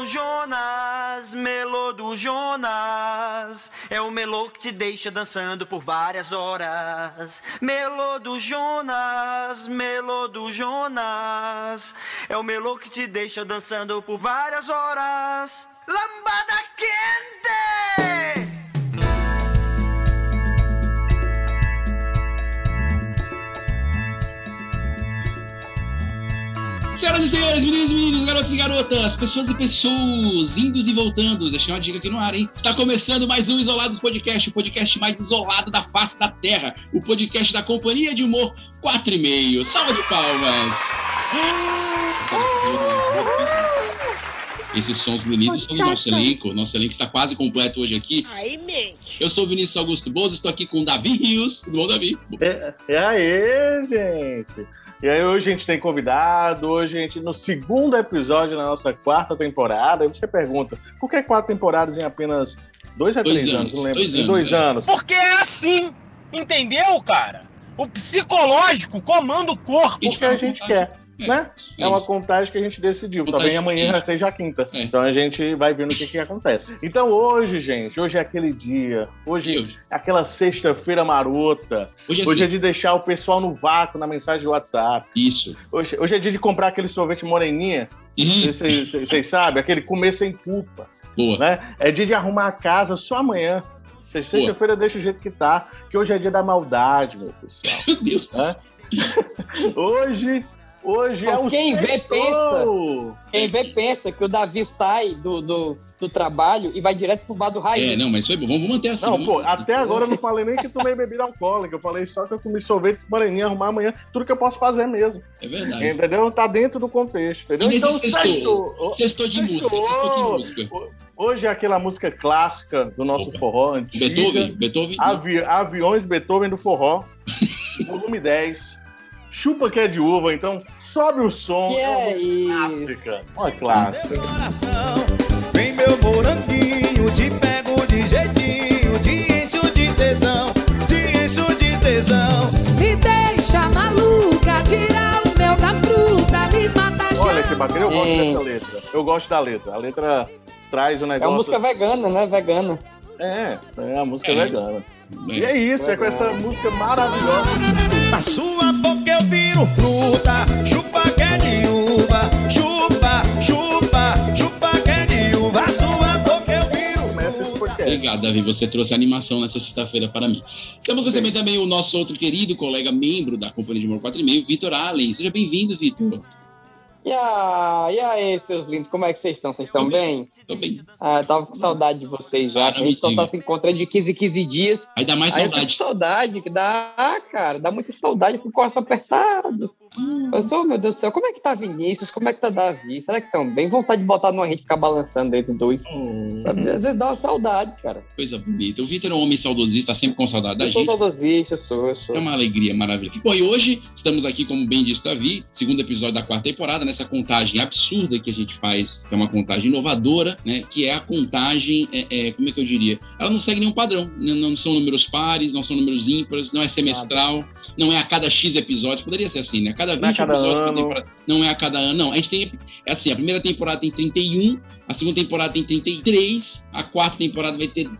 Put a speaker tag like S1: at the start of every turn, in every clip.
S1: do Jonas, melô do Jonas, é o melô que te deixa dançando por várias horas. Melô do Jonas, melô do Jonas, é o melô que te deixa dançando por várias horas. Lambada quente!
S2: Senhoras e senhores, meninos e meninas, garotos e garotas, pessoas e pessoas, indos e voltando, deixei uma dica aqui no ar, hein? Está começando mais um Isolados Podcast, o podcast mais isolado da face da terra, o podcast da Companhia de Humor 4,5. Salva de palmas! Esses sons bonitos são do nosso elenco, nosso elenco está quase completo hoje aqui.
S3: Aí mente.
S2: Eu sou o Vinícius Augusto Bozo, estou aqui com o Davi Rios. Tudo bom, Davi?
S4: E É, aí, gente? E aí, hoje a gente tem convidado, hoje a gente, no segundo episódio da nossa quarta temporada, aí você pergunta, por que quatro temporadas em apenas dois a
S2: Dois
S4: três
S2: anos,
S4: anos? Não lembro.
S2: dois
S4: Em
S2: anos,
S4: dois
S2: é.
S4: anos.
S5: Porque é assim, entendeu, cara? O psicológico comanda o corpo.
S4: Porque a gente quer, né? É uma contagem que a gente decidiu.
S2: Contagem
S4: Também amanhã
S2: quinta.
S4: seja a quinta.
S2: É.
S4: Então a gente vai vendo o que, que acontece. Então hoje, gente, hoje é aquele dia. Hoje
S2: Hoje,
S4: é aquela sexta-feira marota.
S2: hoje é
S4: Hoje é
S2: assim,
S4: de deixar o pessoal no vácuo na mensagem do WhatsApp.
S2: isso.
S4: Hoje, hoje é dia de comprar aquele sorvete moreninha. Vocês vocês sabem? Aquele comer sem culpa,
S2: Boa.
S4: né? É dia de arrumar a casa só amanhã. Se- Sexta-feira deixa o jeito que tá, que hoje é dia da maldade, meu pessoal.
S2: Meu Deus do
S4: Hã? Hoje, hoje é o
S6: Quem vê,
S4: sextou!
S6: Quem vê pensa que o Davi sai do, do, do trabalho e vai direto pro bar do Raio.
S2: É, não, mas foi bom. Vamos manter assim.
S4: Não,
S2: vamos-
S4: pô, até agora eu não falei nem que tomei bebida alcoólica. Eu falei só que eu comi sorvete com moreninha, arrumar amanhã tudo que eu posso fazer mesmo.
S2: É verdade.
S4: Entendeu? Tá dentro do contexto, entendeu?
S2: E nesse
S4: Então,
S2: sextou?
S4: sextou.
S2: Sextou de
S4: Fechou!
S2: música. Sextou de música.
S4: Hoje é aquela música clássica do nosso
S2: Opa.
S4: forró antiga.
S2: Beethoven? Beethoven?
S4: Avi- aviões Beethoven do forró, volume 10. Chupa que é de uva, então sobe o som.
S6: Que é
S4: uma
S6: isso?
S4: clássica. Uma clássica.
S1: Vem meu moranguinho, te pego de jeitinho, te encho de tesão, te encho de tesão.
S7: Me deixa maluca, tirar o mel da fruta, me mata de
S4: Olha que bacana, eu gosto
S6: Gente.
S4: dessa letra. Eu gosto da letra. A letra traz o um
S6: É uma
S4: negócio.
S6: música vegana, né? Vegana.
S4: É, é a música
S2: É.
S4: vegana.
S2: É.
S4: E é isso, é com essa música maravilhosa.
S1: Na sua boca eu viro fruta, chupa que é de uva, chupa, chupa, chupa que é de uva. Na sua boca eu
S4: Começa
S1: viro
S4: esse
S1: fruta.
S4: podcast.
S2: Obrigado, Davi. Você trouxe animação nessa sexta-feira para mim. Estamos recebendo também o nosso outro querido colega, membro da Companhia de Humor 4,5, Vitor Allen. Seja bem-vindo, Vitor.
S6: E, a- e aí, seus lindos, como é que vocês estão? Vocês estão bem?
S2: Tô bem. Ah,
S6: Ah, eu tava com saudade de vocês já. A gente só tá se encontrando de 15 em 15 dias.
S2: Aí dá mais
S6: Aí eu fico com
S2: saudade.
S6: saudade, que dá, ah, cara, dá muita saudade, eu fico com o coração apertado.
S2: Hum.
S6: Eu sou, meu Deus do céu, como é que tá Vinícius? Como é que tá Davi? Será que estão bem? Vontade de botar numa rede e ficar balançando entre dois.
S2: Hum.
S6: Sabe? Às vezes dá uma saudade, cara.
S2: Coisa bonita. O Vitor é um homem saudosista, tá sempre com saudade da
S6: Eu sou
S2: gente.
S6: saudosista, eu sou, eu sou.
S2: É uma alegria maravilha. Bom, e hoje estamos aqui, como bem disse o Davi, segundo episódio da quarta temporada, nessa contagem absurda que a gente faz, que é uma contagem inovadora, né? Que é a contagem, é, é, como é que eu diria? Ela não segue nenhum padrão. né, Não são números pares, não são números ímpares, não é semestral, não é a cada X episódios. Poderia ser assim, né? A cada 20
S4: Não é a cada
S2: episódios por
S4: ano.
S2: temporada. Não é a cada ano, não. A gente tem. É assim, um, a primeira temporada tem 31, a segunda temporada tem 33, a quarta temporada vai ter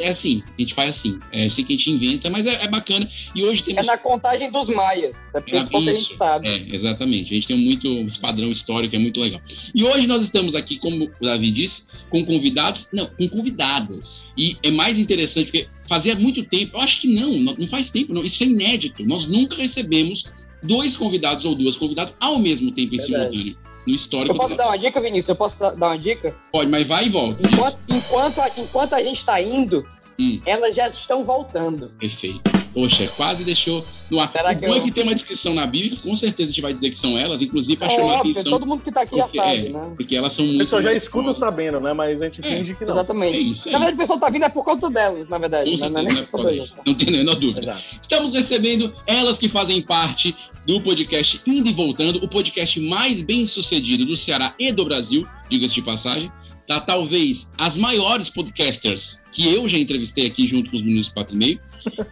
S2: É assim, a gente faz assim. É, eu sei que a gente inventa, mas é, é bacana. E hoje
S6: É
S2: temos.
S6: na contagem dos maias. É porque
S2: É,
S6: pouco a gente
S2: isso.
S6: sabe.
S2: É, exatamente. A gente tem muito esse padrão histórico, é muito legal. E hoje nós estamos aqui, como o Davi disse, com convidados, não, com convidadas. E é mais interessante porque fazia muito tempo, eu acho que não, não não faz tempo, não. Isso é inédito. Nós nunca recebemos dois convidados ou duas convidadas ao mesmo tempo em
S6: Verdade.
S2: simultâneo. No histórico,
S6: Eu posso dar uma dica, Vinícius? Eu posso dar dar uma dica?
S2: pode, mas vai e volta.
S6: Enquanto, enquanto, a, enquanto a gente tá indo,
S2: Hum.
S6: elas já estão voltando.
S2: Perfeito. Poxa, quase deixou no ar.
S6: Será
S2: o
S6: que
S2: bom é
S6: eu-
S2: que tem uma descrição na Bíblia, que com certeza a gente vai dizer que são elas, inclusive para
S6: É
S2: chamar a
S6: óbvio,
S2: Tá atenção.
S6: todo mundo que tá aqui já
S2: Porque,
S6: sabe,
S2: é,
S6: né?
S2: porque elas são
S4: O
S2: muito.
S4: pessoal já
S2: mais
S4: escuta
S2: famosas.
S4: sabendo, né? Mas a gente
S2: É.
S4: finge que não.
S2: É
S6: Exatamente.
S2: isso, é
S6: Na verdade, o pessoal tá vindo é por conta delas, na verdade.
S2: Com
S6: né? Não é
S2: certeza,
S6: nem
S2: né?
S6: por conta da gente.
S2: Não tem a menor dúvida.
S4: Exato.
S2: Estamos recebendo elas que fazem parte do podcast Indo e Voltando, o podcast mais bem sucedido do Ceará e do Brasil, diga-se de passagem. Tá, talvez as maiores podcasters que eu já entrevistei aqui junto com os meninos do 4 e meio.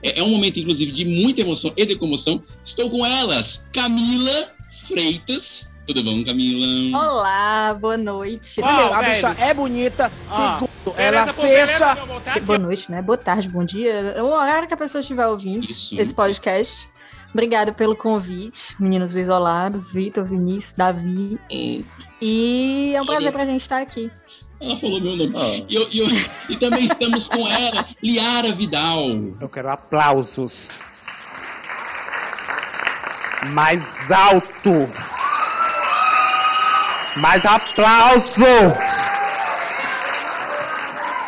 S2: É, é um momento, inclusive, de muita emoção e de comoção. Estou com elas, Camila Freitas. Tudo bom, Camila?
S3: Olá, boa noite.
S5: Primeiro, a bicha é bonita. Segundo, ela fecha.
S3: Se- Boa noite, né? Boa tarde, bom dia. É o horário que a pessoa estiver ouvindo
S2: Isso.
S3: esse podcast. Obrigada pelo convite, meninos do isolados, Vitor, Vinícius, Davi.
S2: Oh,
S3: E é um prazer pra gente estar aqui.
S2: Ela falou meu nome.
S4: Ah.
S2: E, eu- e eu- e também estamos com ela, Liara Vidal.
S8: Eu quero aplausos. Mais alto. Mais aplauso.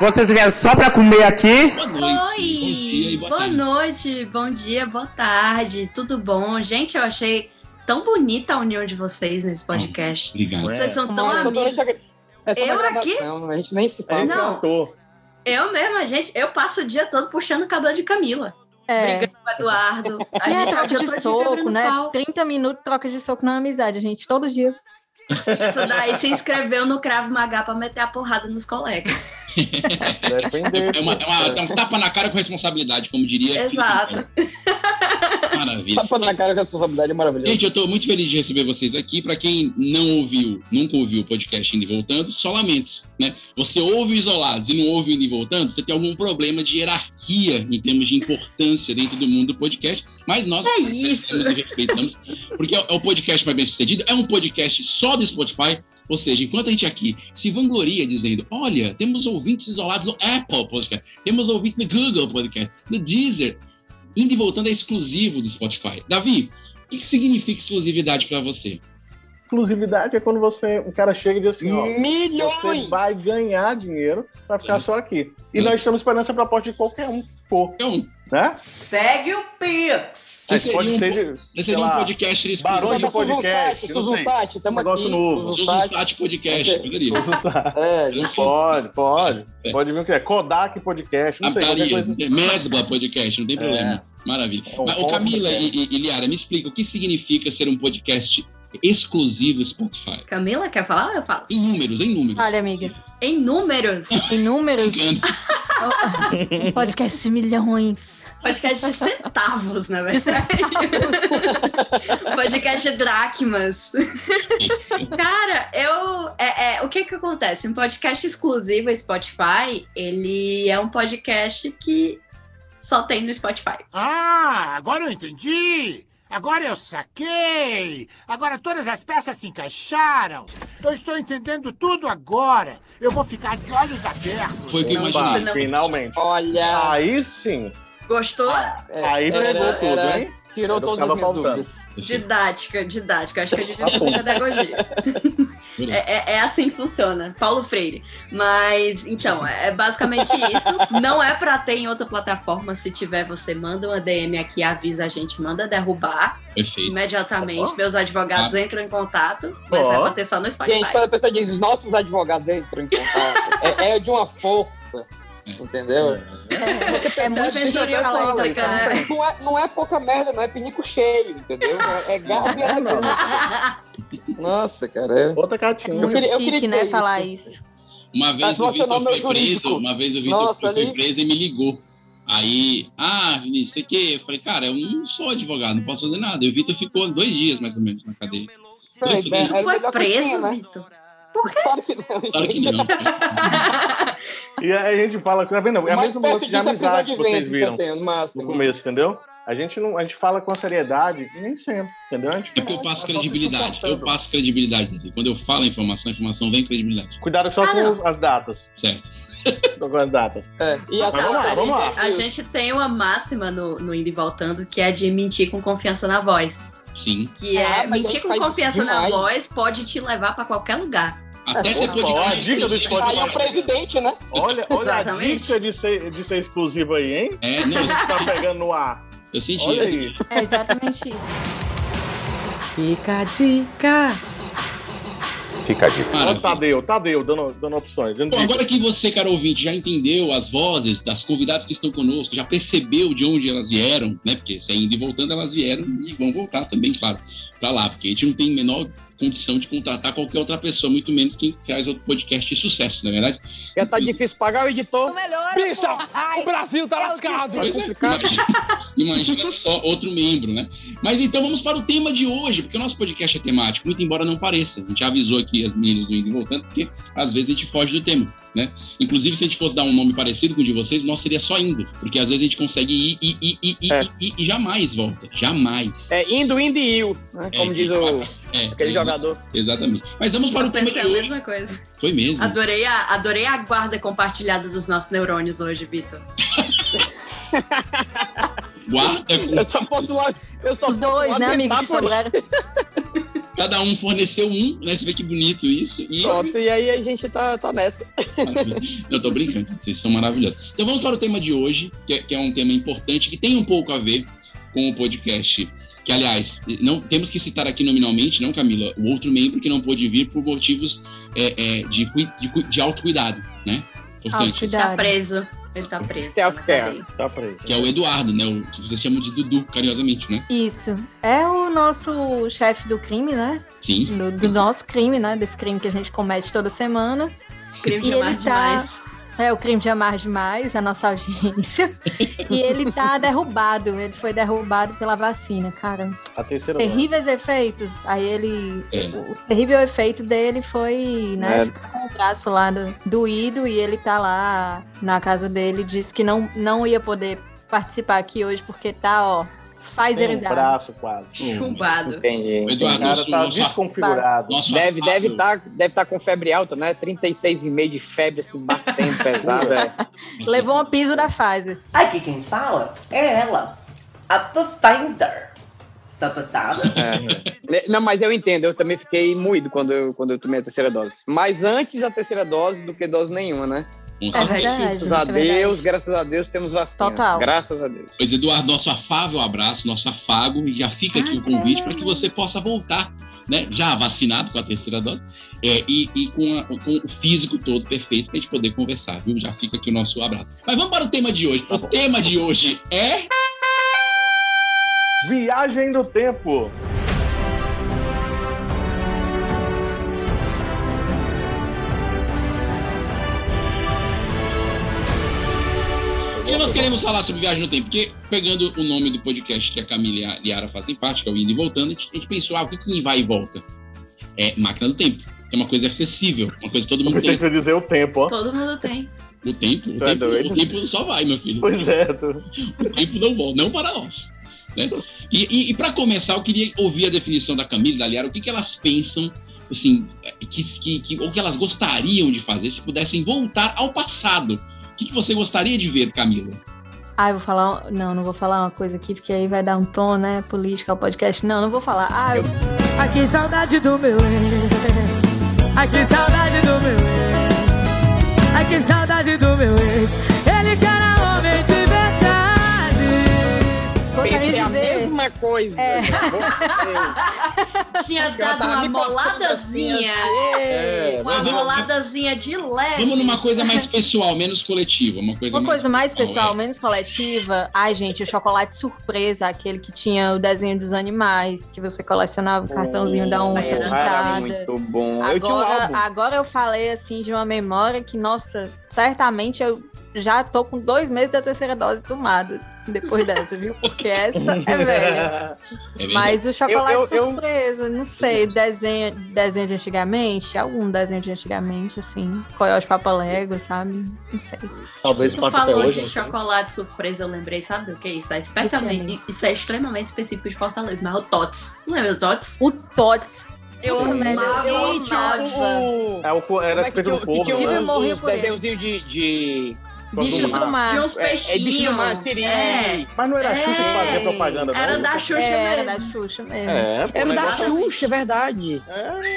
S8: Vocês vieram só pra comer aqui?
S2: Boa noite. Bom dia
S3: Oi!
S2: e boa, tarde.
S3: noite, bom dia, boa tarde, tudo bom? Gente, eu achei tão bonita a união de vocês
S2: Hum.
S3: nesse
S2: podcast. Obrigado.
S4: Ué,
S3: são
S6: Mas foi durante a- é só
S3: Então, Eu
S6: na
S3: aqui?
S6: gravação, A gente nem se
S4: é
S6: fala.
S3: Não.
S4: cantor.
S3: Eu mesma, gente, eu passo o dia todo puxando o cabelo de Camila.
S7: É.
S3: Brigando com o Eduardo. A
S7: E é
S3: gente
S7: troca de soco, né? 30 minutos troca de soco
S3: é
S7: na amizade, gente, todo dia.
S3: Isso daí se inscreveu no Cravo Magá pra meter a porrada nos colegas.
S4: Se defender.
S2: É, uma- é uma- é um tapa na cara com responsabilidade, como diria. aqui. É
S3: Exato.
S2: Maravilha.
S6: Tapa na cara que a responsabilidade é maravilhosa.
S2: Gente, eu tô muito feliz de receber vocês aqui. Pra quem não ouviu, nunca ouviu o podcast Indo e Voltando, só lamentos, né? Você ouve o Isolados e não ouve o Indo e Voltando, você tem algum problema de hierarquia em termos de importância dentro do mundo do podcast, mas nós
S3: É isso.
S2: nos respeitamos, porque é o podcast mais bem sucedido, é um podcast só do Spotify, ou seja, enquanto a gente aqui se vangloria dizendo, olha, temos ouvintes isolados no Apple Podcast, temos ouvintes no Google Podcast, no Deezer, indo e voltando é exclusivo do Spotify. Davi, o que, que significa exclusividade para você?
S4: Exclusividade é quando você, o cara chega e diz assim, ó. Você é
S6: Milhões!
S4: vai ganhar dinheiro pra ficar
S2: Uhum.
S4: só aqui. E
S2: Uhum.
S4: nós estamos esperando essa proposta de qualquer um que for,
S2: Então,
S4: né?
S1: Segue o Pix.
S2: você seria
S4: pode
S2: um,
S4: ser
S2: po-
S4: de,
S2: você
S4: sei
S2: seria um
S4: lá,
S2: podcast
S4: Barões
S2: exclusivo.
S4: do podcast,
S6: Suzusati,
S4: não sei.
S6: Suzusati, tamo
S4: Negócio
S6: aqui,
S4: novo.
S2: Um
S6: Suzusati.
S2: site podcast,
S6: Ok.
S2: coisa ali.
S6: É,
S2: Não tem-
S4: Pode, pode.
S2: É.
S4: Pode vir o que é. Kodak Podcast, não sei, qualquer
S2: Ataria,
S4: coisa. assim.
S2: Mesbla né? Podcast, não tem problema. Maravilha.
S4: É um
S2: Mas, ô,
S4: bom
S2: Camila e,
S4: podcast.
S2: e- e Liara, me explica o que significa ser um podcast exclusivo Spotify?
S3: Camila, quer falar? Eu falo.
S2: Em números, em números.
S7: Olha, amiga,
S3: Em números,
S7: em números,
S2: Engano.
S7: um podcast de milhões.
S3: podcast de centavos, na verdade. podcast de dracmas. Cara, eu. é- é, o que que acontece? Um podcast exclusivo ao Spotify, ele é um podcast que só tem no Spotify.
S5: Ah, agora eu entendi. Agora eu saquei. Agora todas as peças se encaixaram. Eu estou entendendo tudo agora. Eu vou ficar de olhos abertos.
S2: Foi o que eu
S3: Não,
S4: Ah,
S3: Você
S2: imaginei.
S3: não- Ah.
S4: finalmente.
S6: olha.
S4: Aí sim.
S3: Gostou?
S6: é,
S4: Aí
S6: era-
S4: pegou tudo,
S6: era-
S4: hein?
S6: Tirou
S4: Era o que
S6: todas as
S4: tava
S6: minhas
S4: faltando.
S6: dúvidas.
S3: Didática, didática. Acho que eu devia fazer
S4: bom.
S3: pedagogia.
S4: Hum.
S3: é, é- é assim que funciona. Paulo Freire. Mas, então, é basicamente isso. Não é pra ter em outra plataforma. Se tiver, você manda uma DM aqui, avisa a gente, manda derrubar
S2: Perfeito.
S3: imediatamente.
S4: Ó. Ah.
S3: Meus advogados entram em contato, mas
S4: Ó.
S3: é pra ter só no Spotify.
S6: Gente, quando a pessoa diz os nossos advogados entram em contato, é, é de uma força, entendeu?
S4: É.
S7: É muito
S3: Defensoria
S7: difícil falar
S3: pública,
S7: isso,
S3: né?
S6: Não é, não é pouca merda, não é pinico cheio, entendeu? É, é garbo e elegância. Nossa, cara. é-
S4: Outra
S7: É
S4: cartinha.
S7: muito
S6: queria- eu queria
S7: chique,
S6: ter
S7: né,
S6: isso.
S7: falar isso.
S2: Uma vez o
S6: nossa,
S2: Vitor
S6: nome é
S2: foi
S6: jurídico.
S2: preso, uma vez o Vitor
S6: Nossa,
S2: foi
S6: ali-
S2: preso e me ligou. Aí, ah, Vinícius, você que? Eu falei, cara, eu não sou advogado, não posso fazer nada. E o Vitor ficou dois dias mais ou menos na cadeia.
S6: Peraí,
S2: Não
S6: é-
S3: Não
S6: é
S3: foi
S6: melhor que
S3: preso,
S6: tinha, né?
S4: É
S3: Vitor?
S2: né?
S6: Claro que não,
S2: Claro que
S6: gente.
S2: não.
S4: E aí a gente fala, tá vendo? É a
S6: Mais
S4: mesma
S6: perto
S4: lance de
S6: disso é prisão
S4: amizade
S6: de
S4: que vocês
S6: ventre que eu
S4: viram
S2: então.
S6: tenho, no máximo.
S4: no começo, entendeu? A gente, não, a gente fala com seriedade e nem sempre, entendeu? A gente
S2: É porque eu passo credibilidade. Eu
S4: passo.
S2: passo credibilidade. Davi. Quando eu falo a informação, a informação vem com credibilidade.
S4: Cuidado só
S3: Ah, não.
S4: com as datas.
S2: Certo.
S4: Com as datas.
S6: É, e
S4: Mas
S6: até
S4: vamos lá,
S3: a,
S4: vamos
S3: gente,
S4: lá.
S3: a gente tem uma máxima no, no Indo e Voltando que é de mentir com confiança na voz.
S2: Sim.
S3: Que
S6: Ah,
S3: é
S6: mas
S3: mentir
S6: isso
S3: com
S6: faz
S3: confiança na
S6: demais.
S3: voz pode te levar pra qualquer lugar.
S2: Até ser
S4: Ó,
S2: podcast.
S4: a dica do
S2: exclusivo.
S6: Aí o presidente, né?
S4: Olha, olha a
S3: Exatamente.
S4: dica de ser, de ser exclusivo aí, hein?
S2: É, não,
S4: Tá pegando no ar.
S2: eu senti.
S4: Olha aí.
S3: É exatamente isso.
S7: Fica a dica.
S9: Fica a dica.
S4: Olha o
S2: Maravilha.
S4: Tadeu, Tadeu, dando, dando opções. Dando
S2: Bom,
S4: dicas.
S2: agora que você, cara ouvinte, já entendeu as vozes das convidadas que estão conosco, já percebeu de onde elas vieram, né? Porque se é indo e voltando, elas vieram e vão voltar também, claro, pra lá, porque a gente não tem a menor condição de contratar qualquer outra pessoa, muito menos quem faz outro podcast de sucesso, na é verdade.
S6: Já tá difícil pagar o editor.
S7: melhor.
S9: Bicha, o Brasil tá lascado.
S2: Pois é, Imagina, imagina só outro membro, né? Mas então vamos para o tema de hoje, porque o nosso podcast é temático, muito embora não pareça. A gente já avisou aqui as meninas do Indo e Voltando, porque às vezes a gente foge do tema, né? Inclusive, se a gente fosse dar um nome parecido com o de vocês, nós seria só indo, porque às vezes a gente consegue ir, ir, ir, ir, ir,
S6: É.
S2: ir, ir e jamais volta. Jamais.
S6: É indo, indo e iu, né?
S2: É,
S6: Como diz o,
S2: É,
S6: aquele
S4: Uhum.
S2: é,
S6: jogador.
S2: Exatamente. Mas vamos para o
S3: Eu
S2: tema de
S3: pensei a
S2: hoje.
S3: mesma coisa.
S2: Foi mesmo.
S3: Adorei a, adorei a guarda compartilhada dos nossos neurônios hoje, Vitor.
S2: Guarda com
S6: Eu só posso lá. Eu só
S10: Os dois,
S6: posso
S10: né,
S6: lá
S10: amigos?
S6: tentar
S10: Que
S6: por-
S10: sobraram.
S2: cada um forneceu um, né? Você vê que bonito isso. E
S6: Pronto, e aí a gente tá, tá nessa.
S2: Maravilhoso. Eu tô brincando, vocês são maravilhosos. Então vamos para o tema de hoje, que é, que é um tema importante, que tem um pouco a ver com o podcast. Que, aliás, não temos que citar aqui nominalmente, não, Camila, o outro membro que não pôde vir por motivos é, é, de, cui- de, cui- de autocuidado, né? Importante.
S3: Tá
S10: Cuidado.
S3: preso. Ele tá preso.
S6: Self
S3: na
S6: care.
S3: cadeia.
S4: Tá pra isso.
S2: Que é o Eduardo, né? O que vocês chamam de Dudu, carinhosamente, né?
S10: Isso. É o nosso chefe do crime, né?
S2: Sim.
S10: Do, do nosso crime, né? Desse crime que a gente comete toda semana.
S3: Crime de
S10: E ele
S3: amar
S10: tá-
S3: demais.
S10: É o crime de amar demais, a nossa audiência. e ele tá derrubado. Ele foi derrubado pela vacina, cara.
S4: A terceira Terrível.
S10: Terríveis efeitos. Aí ele.
S2: É.
S10: O terrível efeito dele foi, né?
S6: É.
S10: Ficar com o braço lá do, doído e ele tá lá na casa dele. Disse que não, não ia poder participar aqui hoje porque tá, ó,
S4: Tem um
S10: Pfizerizado.
S4: braço
S3: Hum.
S4: quase.
S3: Chumbado.
S6: Entendi.
S4: O
S2: Eduardo,
S4: cara tá
S2: nosso-
S4: desconfigurado.
S2: nosso
S6: Deve
S2: afado,
S6: deve tá, deve tá com febre alta, né? 36,5 de febre, assim, batendo pesado. é.
S10: Levou um piso da fase.
S1: Aqui quem fala é ela, a Pathfinder. Tá passada?
S6: Né, Não, mas eu entendo, eu também fiquei moído quando eu, quando eu tomei a terceira dose. Mas antes da terceira dose do que dose nenhuma, né?
S2: com
S10: É
S2: certeza.
S10: verdade.
S6: Graças
S10: é
S6: a
S10: verdade.
S6: Deus, graças a Deus, temos vacina.
S10: Total.
S6: Graças a Deus.
S2: Pois, Eduardo, nosso afável abraço, nosso afago, e já fica aqui o convite para que você possa voltar, né? Já vacinado com a terceira dose, é, e, e com, a- com o físico todo perfeito para a gente poder conversar, viu? Já fica aqui o nosso abraço. Mas vamos para o tema de
S4: Tá
S2: hoje. O tema de hoje é.
S4: Viagem do tempo.
S2: Por que nós queremos falar sobre viagem no tempo? Porque, pegando o nome do podcast que a Camila e a Liara fazem parte, que é o Indo e Voltando, a gente, a gente pensou, ah, o que, que vai e volta? É máquina do tempo. Que é uma coisa acessível, uma coisa que todo
S4: Eu
S2: mundo
S4: pensei
S2: tem.
S4: que você ia dizer o tempo, ó.
S3: Todo mundo tem.
S2: O tempo, o
S6: Tu é
S2: tempo,
S6: doido?
S2: o tempo só vai, meu filho.
S4: Pois é. tu-
S2: O tempo não volta, não para nós. né? E, para começar, eu queria ouvir a definição da Camila e da Liara, o que, que elas pensam, assim, que, que, que- ou que elas gostariam de fazer se pudessem voltar ao passado. O que, que você gostaria de ver, Camila?
S10: Ah, eu vou falar. Não, não vou falar uma coisa aqui, porque aí vai dar um tom, né? Política ao podcast. Não, não vou falar. Ah, eu...
S7: Ah, que saudade do meu ex. Ah, que saudade do meu ex. Ah, que saudade do meu ex. Ele que era homem de verdade.
S10: gostaria
S6: Pensei é a
S10: de ver.
S6: mesma coisa.
S10: É.
S6: Você.
S3: Tinha
S6: Ela
S3: dado
S6: tava
S3: uma
S6: me coçando
S3: boladazinha.
S6: assim,
S4: É.
S3: Uma
S2: Vamos-
S3: boladazinha de leve.
S2: Vamos numa coisa mais pessoal, menos coletiva. Uma coisa,
S10: É, Uma coisa mais
S2: pessoal,
S10: pessoal,
S2: é.
S10: menos coletiva. Ai, gente, o chocolate surpresa, aquele que tinha o desenho dos animais, que você colecionava o cartãozinho da onça
S3: era
S6: Era
S10: pintada.
S6: muito bom. eu tinha um
S10: Agora,
S6: álbum.
S10: agora eu falei assim de uma memória que, nossa, certamente eu já tô com dois meses da terceira dose tomada. depois dessa, viu? Porque essa é velha.
S2: É
S10: Mas o chocolate
S6: Eu- eu- eu-
S10: surpresa, não sei, desenho, desenho de antigamente, algum desenho de antigamente, assim, Coyote Papa Lego, sabe? Não sei.
S4: Talvez
S3: Tu
S4: passe até hoje.
S3: falou
S4: né?
S3: de
S4: não sei.
S3: chocolate surpresa, eu lembrei, sabe do que é isso? É especialmente, isso é extremamente específico de Fortaleza, mas é o Tots. Tu lembra do Tots?
S10: O Tots.
S3: Eu amava, eu amava.
S4: É o, co- era
S6: um- Como é que
S4: feito
S6: tinha-
S4: do
S6: que
S4: povo,
S6: tinha
S4: né?
S6: uns- uns desenhozinhos de, de-
S4: Bichos do mar.
S3: Tinha uns
S6: É, É, bicho do mar,
S3: peixinhos.
S6: siri.
S3: É.
S4: Mas não era a Xuxa que fazia
S3: É.
S4: propaganda, não?
S3: Era da Xuxa
S10: É, era
S3: mesmo.
S10: da Xuxa mesmo.
S4: É, pô,
S6: Era da
S4: negócio-
S6: Xuxa, é verdade.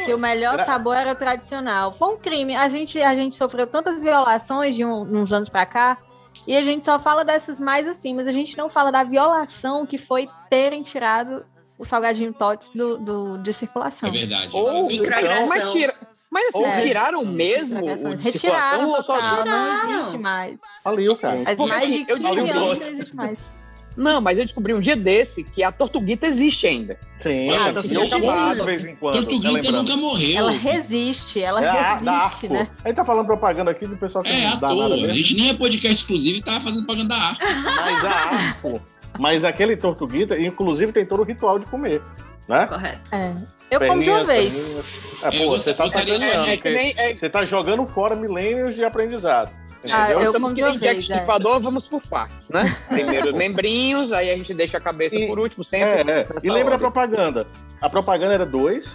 S10: Que o melhor
S4: Era-
S10: sabor era o tradicional. Foi um crime. A gente, a gente sofreu tantas violações de um- uns anos pra cá. E a gente só fala dessas mais assim, mas a gente não fala da violação que foi terem tirado o salgadinho Tots do, do- de circulação.
S2: É verdade.
S6: Ou,
S3: Microagressão.
S6: mas, tira- mas assim,
S10: É.
S6: tiraram mesmo? o
S10: Violações.
S6: de
S10: Retiraram,
S6: circulação ou só-
S10: total, não
S3: Tiraram.
S10: existe mais.
S4: Faliu, cara.
S10: Faz
S6: Porque
S10: mais
S6: assim,
S10: de
S6: eu
S10: 15
S6: descobri-
S10: anos não existe mais.
S6: Não, mas eu descobri um dia desse que a tortuguita existe ainda.
S4: Sim,
S2: Ah,
S4: eu
S10: Tortuguita
S4: como
S10: morreu.
S4: de vez em quando. tá
S2: Tortuguita nunca morreu.
S10: Ela resiste, ela
S4: É
S6: é
S10: resiste, né?
S4: A gente tá falando propaganda aqui do pessoal que
S2: É, à
S4: não dá nada
S2: toa. A
S4: mesmo.
S2: gente nem é podcast exclusivo e tava fazendo propaganda da arte.
S4: Mas a Arco, mas aquele tortuguita, inclusive, tem todo o ritual de comer. Né?
S3: Correto.
S10: É. Eu como de uma
S4: Perninhas,
S10: vez.
S4: perninhas. É, pô,
S2: Eu
S4: você tá
S2: gostaria de-
S4: sacaneando.
S6: É que nem- é-
S4: Você tá jogando fora milênios de aprendizado.
S10: Ah,
S4: entendeu?
S10: eu
S6: Estamos
S10: como
S6: que
S10: de
S6: nem
S10: uma
S6: Jack
S10: vez, é.
S6: Stripador, vamos por partes, né? Primeiro os membrinhos, aí a gente deixa a cabeça
S4: E-
S6: por último, sempre.
S4: É, é.
S6: nessa
S4: E lembra a
S6: ordem.
S4: propaganda. A propaganda era dois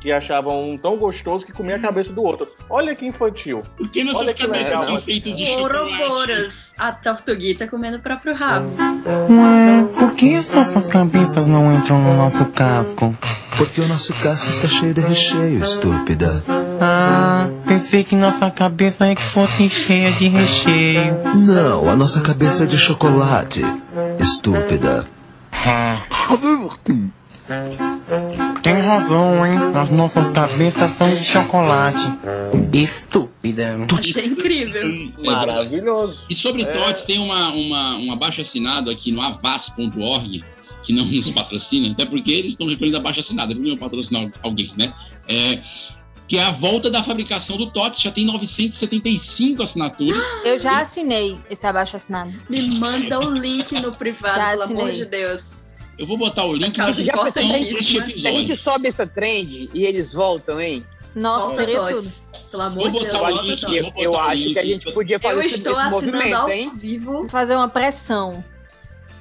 S4: que achavam um tão gostoso que
S6: Hum.
S4: comia a cabeça do outro. Olha que infantil.
S2: Por que nossas
S4: Olha que
S2: cabeças
S4: legal,
S2: são
S4: mas-
S2: feitas de chocolate?
S3: Ouroboros, a tortuguita comendo o próprio rabo.
S11: Por que as nossas camisas não entram no nosso casco? Porque o nosso casco está cheio de recheio, estúpida. Ah, pensei que nossa cabeça é que fosse cheia de recheio. Não, a nossa cabeça é de chocolate, estúpida. Tem razão, hein? As nossas cabeças são de chocolate. Estúpida.
S3: Achei incrível.
S2: É,
S4: Maravilhoso.
S2: E sobre
S4: É.
S2: TOTS, tem uma, uma, um abaixo assinado aqui no avas.org, que não nos patrocina, até porque eles estão referendo abaixo assinado, eles não iam patrocinar alguém, né? É, que é a volta da fabricação do TOTS, já tem 975 assinaturas.
S10: Eu já assinei esse abaixo assinado.
S3: Me manda o link no privado,
S10: Já
S3: pelo amor
S10: assinei.
S3: de Deus.
S2: Eu vou botar o link na
S3: Causa
S6: já pensei
S2: descrição
S3: importantíssima.
S2: deste
S6: Se a gente
S2: episódio.
S6: sobe essa trend e eles voltam, hein?
S10: Nossa,
S3: Volta,
S10: seria tudo.
S3: Tots. Pelo amor de
S2: Vou
S3: Deus,
S2: botar
S6: Eu
S2: o
S3: volta,
S2: link
S6: acho
S2: aqui,
S3: Tots.
S2: vou
S6: que, eu
S2: botar
S6: acho
S2: o
S6: que a
S2: link.
S6: gente podia
S3: Eu
S6: fazer esse,
S3: estou
S6: esse
S3: assinando
S6: movimento, hein?
S3: ao vivo.
S10: Fazer uma pressão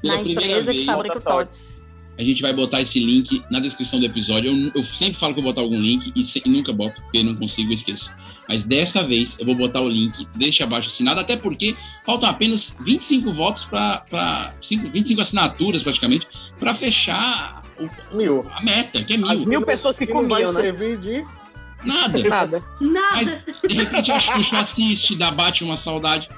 S2: Pela
S10: na
S2: primeira
S10: empresa que
S2: vez,
S10: fabrica o
S6: Volta,
S10: Tots.
S2: A gente vai botar esse link na descrição do episódio. Eu, eu sempre falo que eu vou botar algum link e, se- e nunca boto, porque não consigo, eu esqueço. Mas dessa vez eu vou botar o link, deixa abaixo assinado, até porque faltam apenas 25 votos para 25 assinaturas praticamente para fechar o-
S4: Mil.
S2: a meta, que é
S6: As
S2: mil.
S6: mil pessoas que
S4: E não vai
S6: comiam, né?
S4: servir de.
S2: Nada.
S6: Nada.
S3: Nada.
S2: De repente a Xuxa assiste, dá bate uma saudade.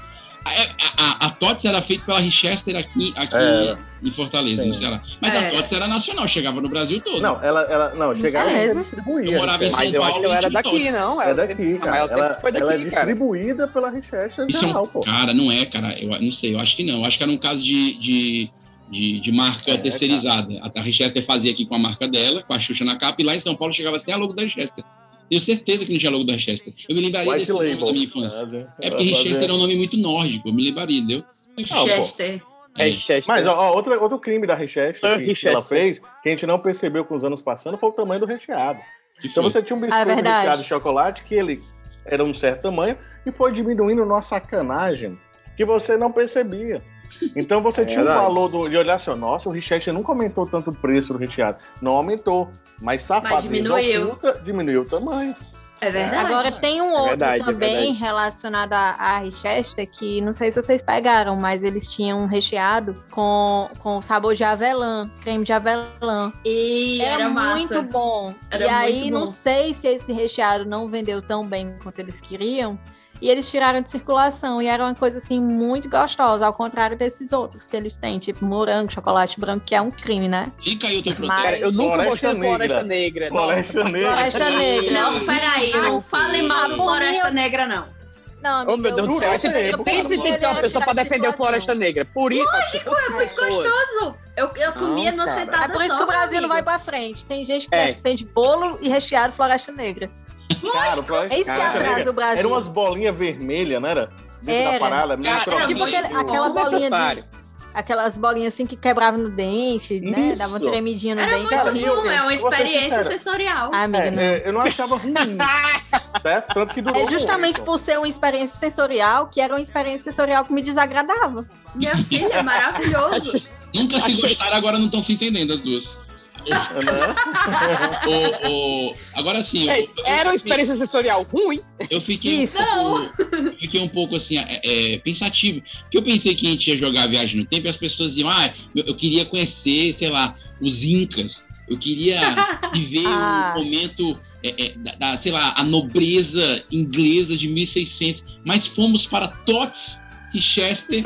S2: A, é, a, a- a Tots era feita pela Richester aqui, aqui
S4: É.
S2: em Fortaleza,
S4: Sim.
S2: no Ceará. Mas a
S3: É.
S2: Tots era nacional, chegava no Brasil todo.
S4: Não, ela, ela não, chegava
S10: sei
S4: e
S10: mesmo.
S4: distribuía.
S2: Eu morava em
S4: Richester.
S6: Mas eu acho que eu era daqui, não.
S4: É
S6: Ela
S4: daqui,
S6: sempre-
S4: cara.
S6: Mas ela,
S4: Ela,
S6: sempre foi daqui,
S4: ela é
S6: cara.
S4: distribuída pela Richester
S2: Isso é um-
S4: geral, pô.
S2: Cara, não é, cara. Eu não sei, eu acho que não. Eu acho que era um caso de, de, de, de marca
S4: É,
S2: terceirizada. A- A Richester fazia aqui com a marca dela, com a Xuxa na capa, e lá em São Paulo chegava sem a logo da Richester. Tenho certeza que não tinha logo da Richester. Eu me lembraria
S4: White
S2: desse nome da minha
S4: Label.
S2: infância.
S4: É,
S2: É porque Richester era um nome muito nórdico, eu me lembraria, entendeu?
S3: Chester.
S6: É Chester.
S2: um
S4: Mas, ó, ó, outro, outro crime da Richester
S6: Ah,
S4: que,
S6: Richester.
S4: ela fez, que a gente não percebeu com os anos passando, foi o tamanho do recheado.
S2: Que
S4: Então
S2: foi?
S4: você tinha um biscoito
S10: Ah, é verdade.
S4: recheado de chocolate que ele era um certo tamanho e foi diminuindo numa sacanagem que você não percebia. Então você tinha
S6: verdade.
S4: um valor do- de olhar assim, ó, nossa, o Richester nunca aumentou tanto o preço do recheado. Não aumentou, mas safado
S3: diminuiu.
S4: diminuiu o tamanho.
S3: É verdade.
S10: Agora tem um outro
S6: verdade, é
S10: também
S6: verdade.
S10: relacionado à, à Richester, que não sei se vocês pegaram, mas eles tinham um recheado com, com sabor de avelã, creme de avelã.
S3: E era, massa.
S10: É muito bom.
S3: Era
S10: e aí,
S3: muito bom.
S10: não sei se esse recheado não vendeu tão bem quanto eles queriam. E eles tiraram de circulação. E era uma coisa, assim, muito gostosa. Ao contrário desses outros que eles têm. Tipo, morango, chocolate branco, que é um crime, né?
S2: Fica aí o teu protesto.
S6: Cara, eu nunca
S4: Floresta
S6: gostei do
S4: Negra.
S6: Floresta
S4: É
S6: Negra. não.
S4: Floresta negra.
S10: Floresta Negra.
S3: Não, peraí, não
S10: Ai,
S3: fale mal do
S10: meu
S3: Floresta
S10: Deus.
S3: Negra, não.
S10: Não,
S6: Oh, meu Deus do céu.
S10: eu-
S6: Sempre,
S10: eu-
S6: sempre
S10: eu-
S6: tem que ter uma
S10: eu-
S6: pessoa pra
S10: tirar de
S6: defender o
S10: circulação.
S6: Floresta Negra. Por isso. Lógico,
S3: é muito gostoso. Eu, eu comia numa
S6: cara.
S3: sentada
S10: É por isso
S3: só,
S10: que o Brasil
S3: amigo.
S10: não vai pra frente. Tem gente que
S6: É.
S10: defende bolo e recheado Floresta Negra.
S4: Cara, o Floresta-
S10: É isso que
S6: Caraca,
S10: atrasa
S4: negra.
S10: o Brasil.
S4: Eram umas bolinhas vermelhas, não era? Dentro da
S10: Era.
S4: parada, meio
S2: Cara,
S4: trocado.
S10: Tipo aquele-
S3: muito
S10: aquela
S3: bom.
S10: bolinha de...
S6: assim, Desnecessário.
S10: aquelas bolinhas assim que quebravam no dente, né?
S4: Isso.
S10: Dava uma tremidinha no
S4: Era
S10: dente.
S4: muito bom,
S3: né?
S4: é uma Eu vou ser experiência sincero.
S10: sensorial. Ah, amiga,
S4: É,
S10: não.
S4: é, eu não achava ruim. certo? Tanto que
S6: um
S4: durou
S10: É justamente
S4: muito.
S10: por ser uma experiência sensorial, que era uma experiência sensorial que me desagradava. Minha
S3: filha, é maravilhoso.
S2: Nunca se gostaram, agora não estão se entendendo as duas.
S4: né?
S2: O- o- agora sim, eu-
S6: É, Era uma experiência sensorial ruim.
S2: Eu fiquei,
S6: Isso.
S2: Um pouco, eu fiquei um pouco assim, é, é, pensativo. Porque eu pensei que a gente ia jogar a viagem no tempo e as pessoas iam, ah, eu, eu queria conhecer, sei lá, os Incas. Eu queria viver
S10: Ah.
S2: o momento, é, é, da, da, sei lá, a nobreza inglesa de 1600. Mas fomos para Tots e Chester,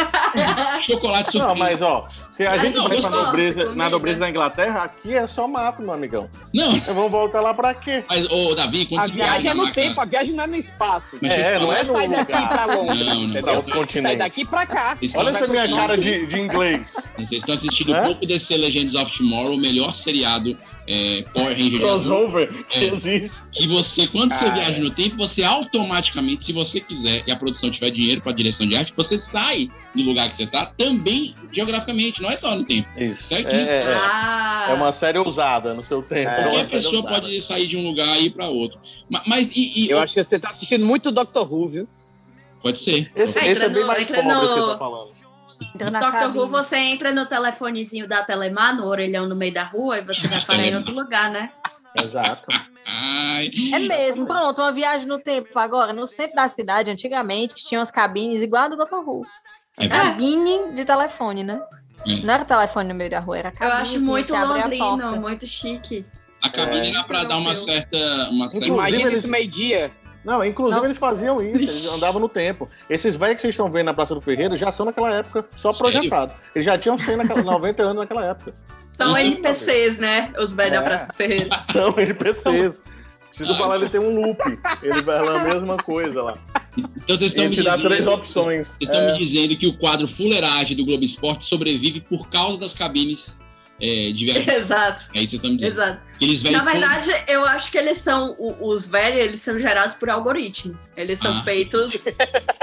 S2: chocolate
S4: Não,
S2: surpresa.
S4: mas ó, se a
S2: Ah,
S4: gente
S2: não,
S4: vai pra
S2: gostoso,
S4: nobreza,
S2: comida.
S4: na nobreza da Inglaterra, aqui é só mato, meu amigão.
S2: Não.
S4: Vamos voltar lá pra quê?
S2: Mas, ô, Davi, quando
S6: A
S2: você
S6: viagem é
S2: viaja,
S6: no
S2: lá, cara,
S6: tempo, a viagem não é no espaço.
S2: Mas deixa eu te falar.
S6: sair daqui pra longe.
S2: é Não,
S4: é
S2: não,
S6: pra
S2: não.
S6: outro Sai daqui pra cá.
S4: Olha essa minha cara de- de inglês.
S2: Vocês estão assistindo
S4: É?
S2: um pouco desse Legends of Tomorrow, o melhor seriado é, Power Rangers.
S4: Crossover
S2: É.
S4: que existe.
S2: E você, quando você
S4: Cara.
S2: viaja no tempo, você automaticamente, se você quiser e a produção tiver dinheiro para direção de arte, você sai do lugar que você tá também geograficamente, não é só no tempo.
S4: Isso.
S2: É, aqui.
S4: É, é.
S3: Ah.
S4: É uma série ousada no seu tempo.
S2: Qualquer
S4: Não é uma série
S2: pessoa
S4: ousada.
S2: pode sair de um lugar e ir para outro. Ma- Mas, e,
S6: Eu acho que você tá assistindo muito Doctor Who, viu?
S2: Pode ser.
S4: Esse,
S3: Ah,
S4: esse é
S3: entra
S4: bem
S3: no-
S4: mais
S3: entra
S4: pobre
S3: no-
S4: que eu tô falando.
S10: Entra na
S3: Doctor Who,
S10: cabine.
S3: você entra no telefonezinho da Telemar, no orelhão no meio da rua, e você vai parar em outro lugar, né?
S4: Exato.
S2: Ai.
S10: É mesmo, pronto, uma viagem no tempo agora. No centro da cidade, antigamente, tinha umas cabines igual a do Dr. Who.
S2: É
S10: Ah.
S2: verdade.
S10: Cabine de telefone, né?
S2: É.
S10: Não era telefone no meio da rua, era
S3: Eu
S10: cabine.
S3: acho
S10: assim,
S3: muito
S10: você abria a
S3: londrino,
S10: porta.
S3: muito chique.
S2: A cabine
S4: É.
S2: era para dar uma
S3: Meu Deus.
S2: certa. Uma certa...
S4: Inclusive, eles-
S6: meio-dia.
S4: Não, inclusive
S2: Nossa.
S4: eles faziam isso, eles andavam no tempo. Esses velhos que vocês estão vendo na Praça do Ferreiro já são naquela época só
S2: Sério?
S4: projetados. Eles já tinham 100 naquela, 90 anos naquela época.
S3: São
S4: Isso,
S3: NPCs, né? Os velhos
S4: É.
S3: da Praça Ferreira.
S4: São NPCs. Se tu
S2: Ah.
S4: falar, ele tem um loop. Ele vai lá a mesma coisa lá.
S2: Então vocês estão
S4: Ia
S2: me
S4: te dar
S2: dizendo-
S4: três opções.
S2: Vocês estão
S4: É.
S2: me dizendo que tá o quadro Fuleiragem do Globo Esporte sobrevive por causa das cabines é, de viagem. É
S3: Exato.
S2: isso que vocês estão me dizendo.
S3: Exato.
S2: Que Eles vêm
S3: Na
S2: com-
S3: verdade, eu acho que eles são, o- os velhos, eles são gerados por algoritmo. Eles são
S2: Ah.
S3: feitos,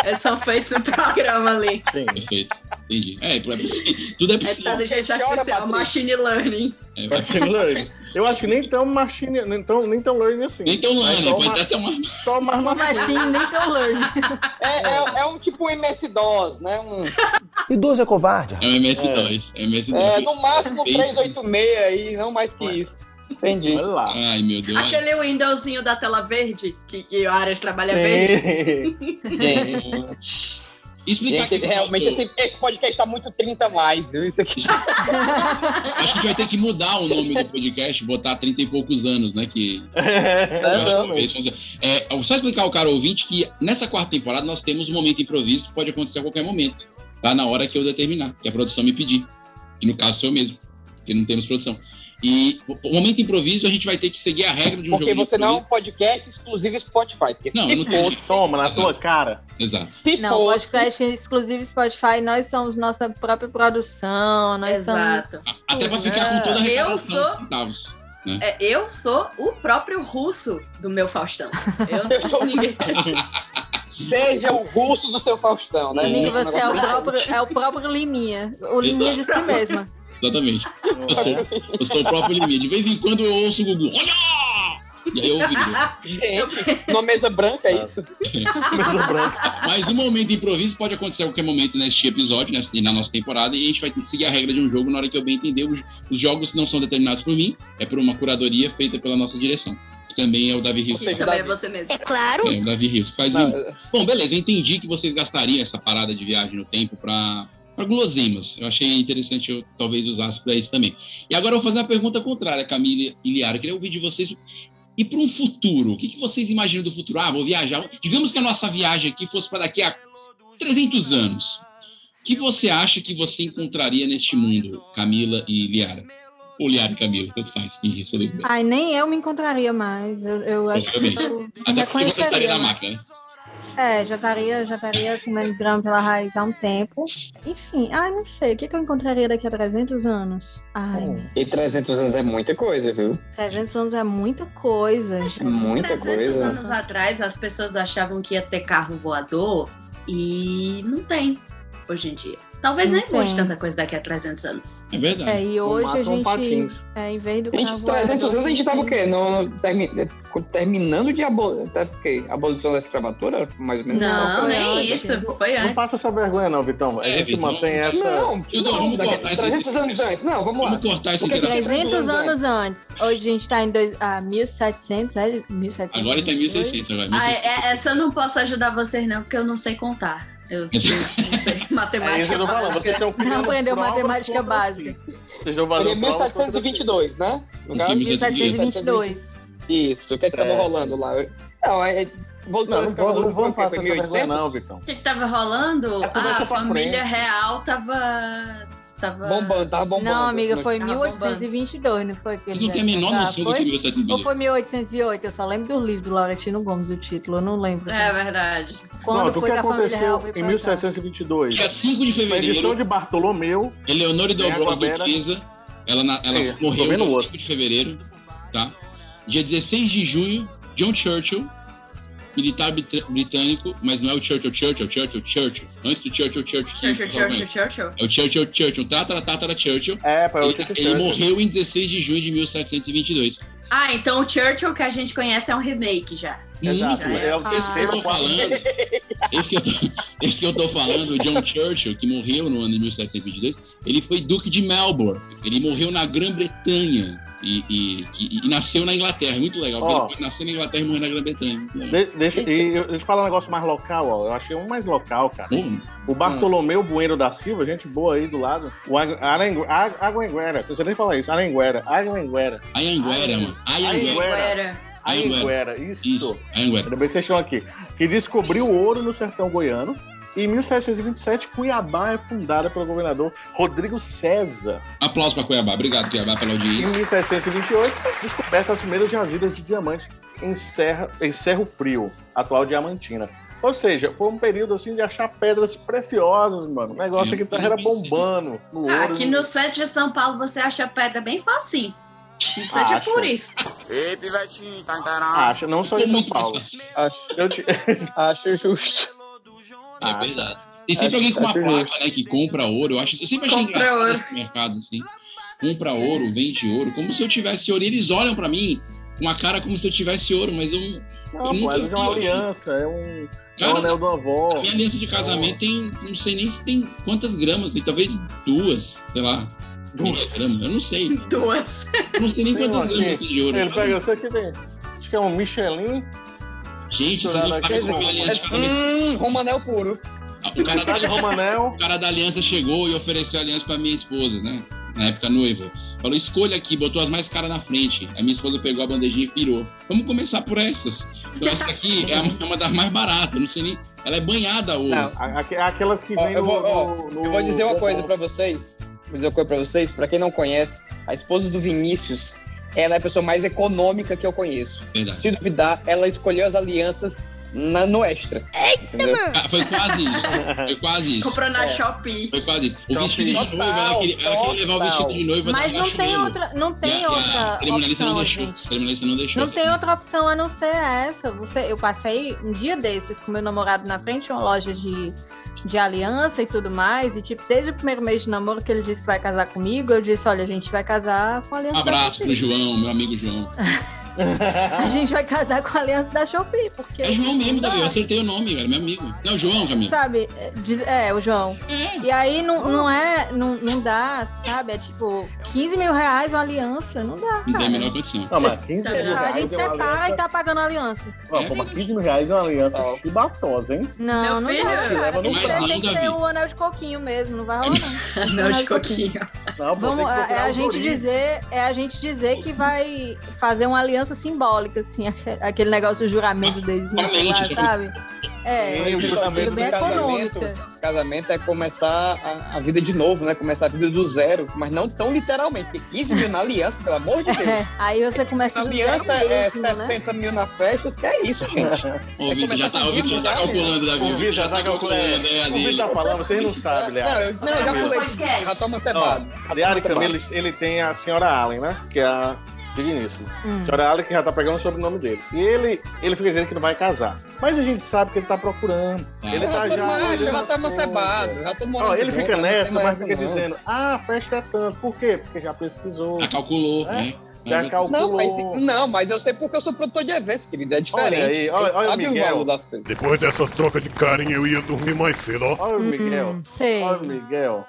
S3: eles são feitos no programa ali.
S2: Perfeito. Entendi. É, é possível. tudo é
S3: É
S2: possível.
S3: inteligência
S6: Chora, Patrícia.
S3: artificial, machine learning.
S2: É, vai-
S4: Machine learning. Eu acho que nem tão machine, nem tão, nem tão learning assim.
S2: Nem tão learning, tá
S4: Só
S2: pode
S4: ma-
S2: até ser uma-
S4: Só mais
S10: Uma machine, nem tão learning.
S6: É, é, é um tipo um MS-DOS, né? Um,
S11: Idoso é covarde.
S2: É o MS2. É o MS2.
S6: é, no máximo
S2: Perfeito.
S6: 386 aí, não mais que isso. Entendi.
S4: Olha lá.
S2: Ai, meu Deus.
S3: Aquele Windowsinho da tela verde, que, que o Aras trabalha
S10: É
S3: verde.
S4: Sim.
S6: Gente,
S2: Explicar
S6: gente,
S2: aqui pro
S6: realmente
S2: pastor.
S6: esse, esse podcast tá muito 30 a mais, viu? Isso aqui. tá
S2: Acho que a gente vai ter que mudar o nome do podcast, botar 30 e poucos anos, né? Que.
S6: Não, não.
S2: É, só explicar ao cara ouvinte que nessa quarta temporada nós temos um momento improviso que pode acontecer a qualquer momento. Tá na hora que eu determinar, que a produção me pedir. Que no caso sou eu mesmo, porque não temos produção. E o o momento improviso a gente vai ter que seguir a regra de um
S6: Porque
S2: jogo. de
S6: você não é um
S2: improviso.
S6: podcast exclusivo Spotify. Porque
S2: Não,
S6: se
S2: eu não tenho.
S6: fosse,
S2: isso.
S4: Toma, na tua cara.
S2: Exato.
S6: se
S10: Não,
S6: fosse,
S10: podcast exclusivo Spotify, nós somos nossa própria produção, nós
S3: Exato.
S10: somos.
S2: Até pra ficar com toda a
S3: É, Eu
S2: arrecadação
S3: sou-
S2: de centavos.
S3: É, eu sou o próprio russo do meu Faustão. Eu não
S6: Eu sou-
S3: sou ninguém.
S6: seja o russo do seu Faustão, né?
S10: Amigo,
S6: Um
S10: você é o,
S6: negócio-
S10: próprio, é o próprio Liminha. O Liminha de si mesma.
S2: Exatamente. Eu sou, eu sou o próprio limite. De vez em quando eu ouço o Gugu. Olha! E aí eu ouvi.
S6: Gente, numa mesa branca, é isso?
S4: Mesa branca.
S2: Mas um momento de improviso pode acontecer a qualquer momento neste episódio, nessa- e na nossa temporada, e a gente vai ter que seguir a regra de um jogo na hora que eu bem entender. Os, os jogos não são determinados por mim, é por uma curadoria feita pela nossa direção. que Também é o Davi Rios. que faz.
S3: Também é você mesmo.
S2: É, o Davi Rios que faz
S6: Não,
S2: isso. Bom, beleza, eu entendi que vocês gastariam essa parada de viagem no tempo para para guloseimas. Eu achei interessante eu talvez usasse para isso também. E agora eu vou fazer uma pergunta contrária, Camila e Liara. Eu queria ouvir de vocês. E para um futuro, o que, que vocês imaginam do futuro? Ah, vou viajar. Digamos que a nossa viagem aqui fosse para daqui a 300 anos. O que você acha que você encontraria neste mundo, Camila e Liara? Ou Liara e Camila, tanto faz. Ih, sou livre.
S10: Ai, nem eu me encontraria mais. Eu, eu acho que
S2: Obviamente.
S10: eu me
S2: Até porque você estaria
S10: reconheceria.
S2: na máquina, né?
S10: É, já estaria, já estaria comendo grama pela raiz há um tempo. Enfim, ai, não sei. O que, que eu encontraria daqui a 300 anos? Ai, meu,
S6: E 300 anos é muita coisa, viu?
S10: 300 anos é muita coisa.
S6: É muita
S3: 300
S6: coisa.
S3: anos atrás, as pessoas achavam que ia ter carro voador e não tem. hoje em dia. Talvez nem
S10: Não
S3: mude
S10: tem.
S3: tanta coisa daqui a 300 anos.
S2: É verdade.
S10: É, e hoje
S6: Fumaça
S10: a
S6: é um
S10: gente.
S6: patins.
S10: É, em vez do é
S6: A gente,
S10: carro
S6: 300
S10: voador,
S6: anos a gente tava o quê? No, no- termi- terminando de abolir. A abolição da escravatura? Mais ou menos.
S3: Não,
S6: Não,
S3: nem
S6: não,
S3: isso. Foi
S4: Não
S3: antes.
S4: passa essa vergonha, não, Vitão.
S2: É,
S4: A gente mantém essa.
S6: Não, não, daqui a 300 anos antes. Não, vamos lá.
S2: Vamos cortar esse
S6: Porque
S2: grafite.
S10: 300 anos antes. Hoje a gente tá em dois, ah, 1700, é? 1700.
S2: Agora tá em 1600 agora.
S3: Ah, é- é- essa eu não posso ajudar vocês, não, porque eu não sei contar. Eu sei, não
S4: É
S3: sei
S4: isso que
S3: matemática
S4: eu tô falando,
S3: básica.
S4: vocês tão pegando
S10: Não aprendeu
S4: provas
S10: matemática
S4: contra
S10: básica.
S4: Vocês não valem
S6: Seria
S4: provas contra
S6: 1722, né? No caso?
S10: 1722.
S6: Isso, o que é que tava
S4: É.
S6: rolando lá? Não, é. é- Evolução
S4: Não,
S6: da
S4: não vamos-
S6: escravatura
S4: não vamos
S6: foi o
S4: passar
S6: quê?
S4: essa
S6: Foi
S4: vergonha,
S6: 1800?
S4: não, Vitão.
S3: O que, que tava rolando?
S6: começa
S3: Ah, a
S6: pra
S3: família
S6: frente.
S3: real tava. tava...
S6: Bombando, tava bombando.
S10: Não, amiga, foi
S3: Tá
S10: 1822, não foi?
S2: Vocês não têm a menor noção do que é 1722.
S10: Ou Ah, foi 1808? Eu só lembro do livro do Laurentino Gomes, o título, eu não lembro.
S3: É verdade.
S10: Quando
S4: Pronto, o
S10: foi
S4: que
S10: que a família real
S4: aconteceu
S10: veio
S4: em
S10: pra
S4: 1722?
S2: Dia 5 de
S4: A edição
S2: fevereiro,
S4: de Bartolomeu.
S2: Eleonora
S4: Tem a
S2: Dobrova
S4: Guabera.
S2: Duquesa, é ela, na- ela
S4: É,
S2: morreu
S4: tô vendo
S2: dia
S4: o
S2: 5
S4: outro.
S2: de fevereiro, tá? Dia 16 de junho, John Churchill, militar brit- britânico, mas não é o Churchill, Churchill, Churchill, Churchill. Antes do Churchill, Churchill.
S3: Churchill,
S2: calma aí.
S3: Churchill, Churchill.
S2: É o Churchill, Churchill, tá, tátara, tátara, Churchill.
S4: É, pá, é o
S2: ele,
S4: Churchill,
S2: ele
S4: Churchill.
S2: morreu em 16 de junho de 1722.
S3: Ah, então o Churchill que a gente conhece é um remake já.
S4: Exato,
S3: Já
S4: é o
S10: Ah.
S4: terceiro
S2: eu tô falando. Esse que eu tô, esse que eu tô falando, o John Churchill, que morreu no ano de 1722, ele foi Duque de Melbourne. Ele morreu na Grã-Bretanha e, e- e- e nasceu na Inglaterra. É Muito legal. porque
S4: Ó.
S2: Ele foi nascer na Inglaterra e morreu na Grã-Bretanha. Muito legal.
S4: De- deixa, e eu, deixa eu falar um negócio mais local, ó. Eu achei um mais local, cara.
S2: Hum.
S4: O Bartolomeu Bueno da Silva, gente boa aí do lado. O Agu- Arangu- A- Aguenguera, não sei nem falar isso. Aranguera, Aguenguera.
S2: Ayanguera, mano. Ayanguera.
S3: Anguera.
S4: Ayanguera, isso.
S2: Isso, Ayanguera.
S4: Ainda bem que vocês estão aqui. Que descobriu o ouro no sertão goiano. E em 1727, Cuiabá é fundada pelo governador Rodrigo César.
S2: Aplausos pra Cuiabá. Obrigado, Cuiabá, pela
S4: Em
S2: audiência.
S4: 1728, descobertas as primeiras jazidas de diamantes em, Serra, em Serro Frio, atual Diamantina. Ou seja, foi um período assim de achar pedras preciosas, mano. O negócio aqui tava era bombando no ouro.
S3: Ah, aqui
S4: no-
S3: no centro de São Paulo você acha pedra bem facinho. Não seja
S4: Acho.
S3: por isso.
S9: Ei, pivetinho, tá
S4: Ah, Acho, não só em São Paulo.
S6: Acho,
S4: eu te-
S6: acho justo.
S2: É verdade. Tem sempre alguém com uma placa, né, que compra ouro. Eu, acho, eu sempre achei
S3: Compra
S2: engraçado
S3: ouro.
S2: esse mercado, assim. Compra ouro, vende ouro. Como se eu tivesse ouro. E eles olham pra mim com uma cara como se eu tivesse ouro, mas eu, eu
S4: Não, pô,
S2: nunca
S4: às vezes é uma
S2: vi,
S4: aliança, é um, é um
S2: Cara,
S4: anel do avó.
S2: A minha aliança de casamento tem, não sei nem se tem quantas gramas, tem talvez duas, sei lá. Duas gramas, eu não sei.
S3: Duas.
S2: Eu não sei nem
S4: Então, Tem um
S2: quantas gramas
S4: aqui.
S2: tem de ouro.
S4: Ele pega isso aqui, tem. Acho que é um Michelin.
S2: Gente, vocês não sabem como é a aliança de casamento.
S6: Hum, Romanel puro.
S2: O cara, tá
S4: Cidade
S2: da,
S4: Romanel.
S2: o cara da aliança chegou e ofereceu a aliança pra minha esposa, né? Na época noiva. Falou, escolha aqui, botou as mais caras na frente. A minha esposa pegou a bandejinha e pirou. Vamos começar por essas. Então essa aqui é uma, é uma das mais baratas, eu não sei nem. Ela é banhada a ouro.
S6: Não.
S4: A- aque- Aquelas que
S6: Ó,
S4: vêm
S6: eu, vou, ó,
S4: no, no-
S6: eu vou dizer uma
S4: no-
S6: coisa pra vocês. Vou dizer uma coisa pra vocês. Pra quem não conhece, a esposa do Vinícius, ela é a pessoa mais econômica que eu conheço.
S2: Verdade.
S6: Se duvidar, ela escolheu as alianças na, no extra. Entendeu?
S2: Ah, foi quase isso. Foi quase isso.
S3: Comprou na Shopee.
S2: Foi quase isso. O vestido de
S6: Total,
S2: noiva, ela queria, ela queria levar o
S6: total.
S2: vestido de noiva.
S10: Mas
S2: da
S10: não tem
S2: Riachuelo.
S10: outra, não tem
S2: E a- e a
S10: outra
S2: Criminalista
S10: opção,
S2: não deixou.
S10: gente.
S2: é, A Criminalista não deixou.
S10: Não tem outra opção a não ser essa. Você, eu passei um dia desses com meu namorado na frente de uma loja de, de aliança e tudo mais. E, tipo, desde o primeiro mês de namoro que ele disse que vai casar comigo, eu disse: olha, a gente vai casar com a
S2: Um
S10: aliança.
S2: abraço
S10: da
S2: pro
S10: Shopee.
S2: João, meu amigo João.
S10: A gente vai casar com a aliança da Shopee, porque.
S2: É João mesmo, né? Davi. Eu acertei o nome, velho. Meu amigo. Não, João, Camila.
S10: Sabe, é, diz- é, o João. E aí não, não é, não, não dá, sabe? É tipo, 15 mil reais uma aliança, não dá.
S2: Não tem a menor condição.
S4: Não, mas 15 mil
S10: Ah, A
S4: reais.
S10: gente
S4: é uma
S10: separa e tá pagando a aliança.
S4: Ó, pô, mas 15 mil reais é uma aliança chibatosa, hein?
S10: Não,
S3: Meu
S10: não
S3: filho,
S10: dá, cara.
S4: leva
S10: Tem
S4: no
S10: que ser,
S4: carro,
S10: tem que
S2: Davi.
S10: ser o anel de coquinho mesmo, não vai rolar não.
S3: Não, de coquinho.
S4: Não, pô,
S10: Vamos,
S4: tem que
S10: é é
S4: procurar
S10: a
S4: o
S10: gente
S4: Dorinho.
S10: dizer, é a gente dizer que vai fazer uma aliança simbólica, assim, aque- aquele negócio do juramento deles, não sei lá, sabe? É,
S4: Sim, o
S10: coisa
S4: um juramento
S10: bem
S6: do casamento.
S10: é econômica.
S6: Casamento é começar a, a vida de novo, né? Começar a vida do zero, mas não tão literalmente. Porque 15 mil na aliança, pelo amor de Deus.
S10: É, aí você começa
S6: Na
S10: a
S6: aliança é
S10: mesmo, né?
S6: 60 mil na festa, que é isso, gente.
S2: Ô, Vitor, já tá,
S6: começar
S2: o Vitor já tá
S6: comigo,
S2: calculando, Davi.
S4: O Vitor já tá calculando.
S2: é,
S4: O Vitor tá
S2: ali.
S4: falando, vocês não sabem,
S6: Não, eu,
S4: Leandro.
S6: não, eu já
S3: Meu
S6: falei.
S3: podcast.
S6: Já toma
S4: Ó,
S6: cebado.
S4: Leandro e Camila, ele, ele tem a senhora Allen, né? Que é a digníssimo.
S12: Hum.
S4: Senhor Alec já tá pegando o sobrenome dele. E ele, ele fica dizendo que não vai casar. Mas a gente sabe que ele tá procurando. Ele
S6: Eu
S4: tá
S6: Ah, já tô
S4: já.
S6: mais,
S4: olhando
S6: já tá
S4: as coisas.
S6: emancebado, já tô morando
S4: Ó, ele
S6: junto,
S4: fica
S6: não tem
S4: nessa,
S6: mais
S4: mas
S6: essa
S4: fica
S6: não.
S4: dizendo, ah, a festa é tanto. Por quê? Porque já pesquisou.
S2: Já calculou, né?
S4: É? Já calculou.
S6: Não mas, não, mas eu sei porque eu sou produtor de eventos, querido. É diferente.
S4: Olha aí, olha- olha o
S6: Sabe
S4: Miguel.
S6: valor das coisas.
S13: Depois dessa troca de carinho, eu ia dormir mais cedo, ó.
S10: Hum,
S4: Olha o Miguel. Olha o Miguel.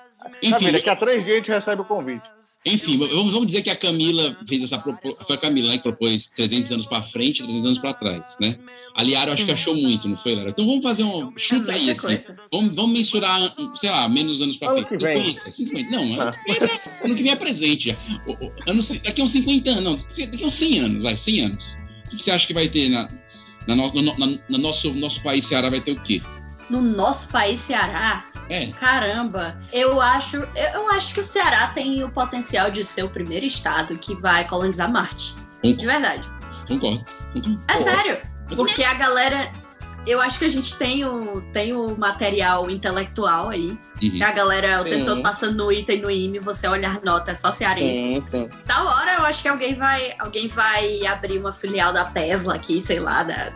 S4: Tá vendo? Daqui a três dias a gente recebe o convite.
S2: Enfim, vamos vamos dizer que a Camila fez essa propo- foi a Camila né, que propôs 300 anos pra frente, 300 anos pra trás, né? A Liara eu acho que achou muito, não foi, Lara? Então vamos fazer um chuta aí,
S3: muita
S2: assim. Vamos, vamos mensurar, um, sei lá, menos anos pra
S3: Ano
S2: frente.
S3: que vem.
S2: 50, 50. Não, ano que vem é- ano que vem é presente já. O- o- ano c- daqui a uns 50 anos, não, daqui a uns 100 anos, vai, 100 anos. O que você acha que vai ter na, na, no- no- na- na nosso, nosso país, Ceará, vai ter o quê?
S3: No nosso país, Ceará,
S2: É,
S3: Caramba, eu acho, eu eu acho que o Ceará tem o potencial de ser o primeiro estado que vai colonizar Marte.
S2: Concordo.
S3: De verdade.
S2: concordo. concordo.
S3: É sério. Porque a galera. Eu acho que a gente tem o, tem o material intelectual aí.
S2: Uhum.
S3: A galera o
S2: Sim.
S3: tempo todo passando no ITA e no IME, você olhar nota, é só cearense.
S6: sim.
S3: Tal hora eu acho que alguém vai, alguém vai abrir uma filial da Tesla aqui, sei lá, da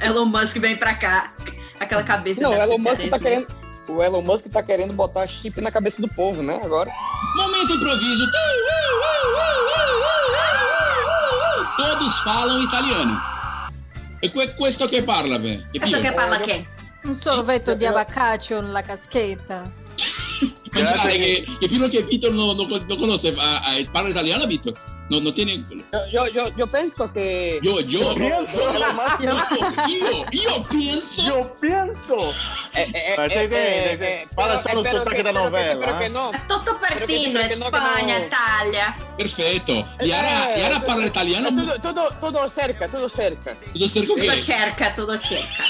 S3: Elon Musk vem pra cá. Aquela cabeça
S6: Não, o
S3: deve ser
S6: Elon Musk tá
S3: cearense.
S6: querendo. O Elon Musk tá querendo botar chip na cabeça do povo, né? Agora.
S2: Momento improviso. Todos falam italiano. E que- questo che parla, velho?
S10: Questo
S3: é
S10: che parla
S3: che?
S10: Um sorvete de abacate ou la casqueta?
S2: E fino che Vitor non no, no conosce, ah, ah, parla italiano, Vitor? No, no tiene...
S6: Eu, eu, eu penso que.
S2: Yo, yo.
S6: Eu penso.
S4: né?
S2: Io, io penso.
S4: Io penso.
S6: É,
S4: Mas tem, tem, tem. Fala só no sotaque da novela, né?
S3: É tutto
S6: pertino,
S3: pertino,
S6: Espanha,
S3: Espanha, Itália.
S2: Perfetto.
S6: Eh,
S2: Yara, Yara parla italiano.
S6: É, Tudo, tudo, tudo cerca, tudo cerca.
S2: Tutto cerco
S3: Tudo
S2: che...
S3: cerca, tudo cerca.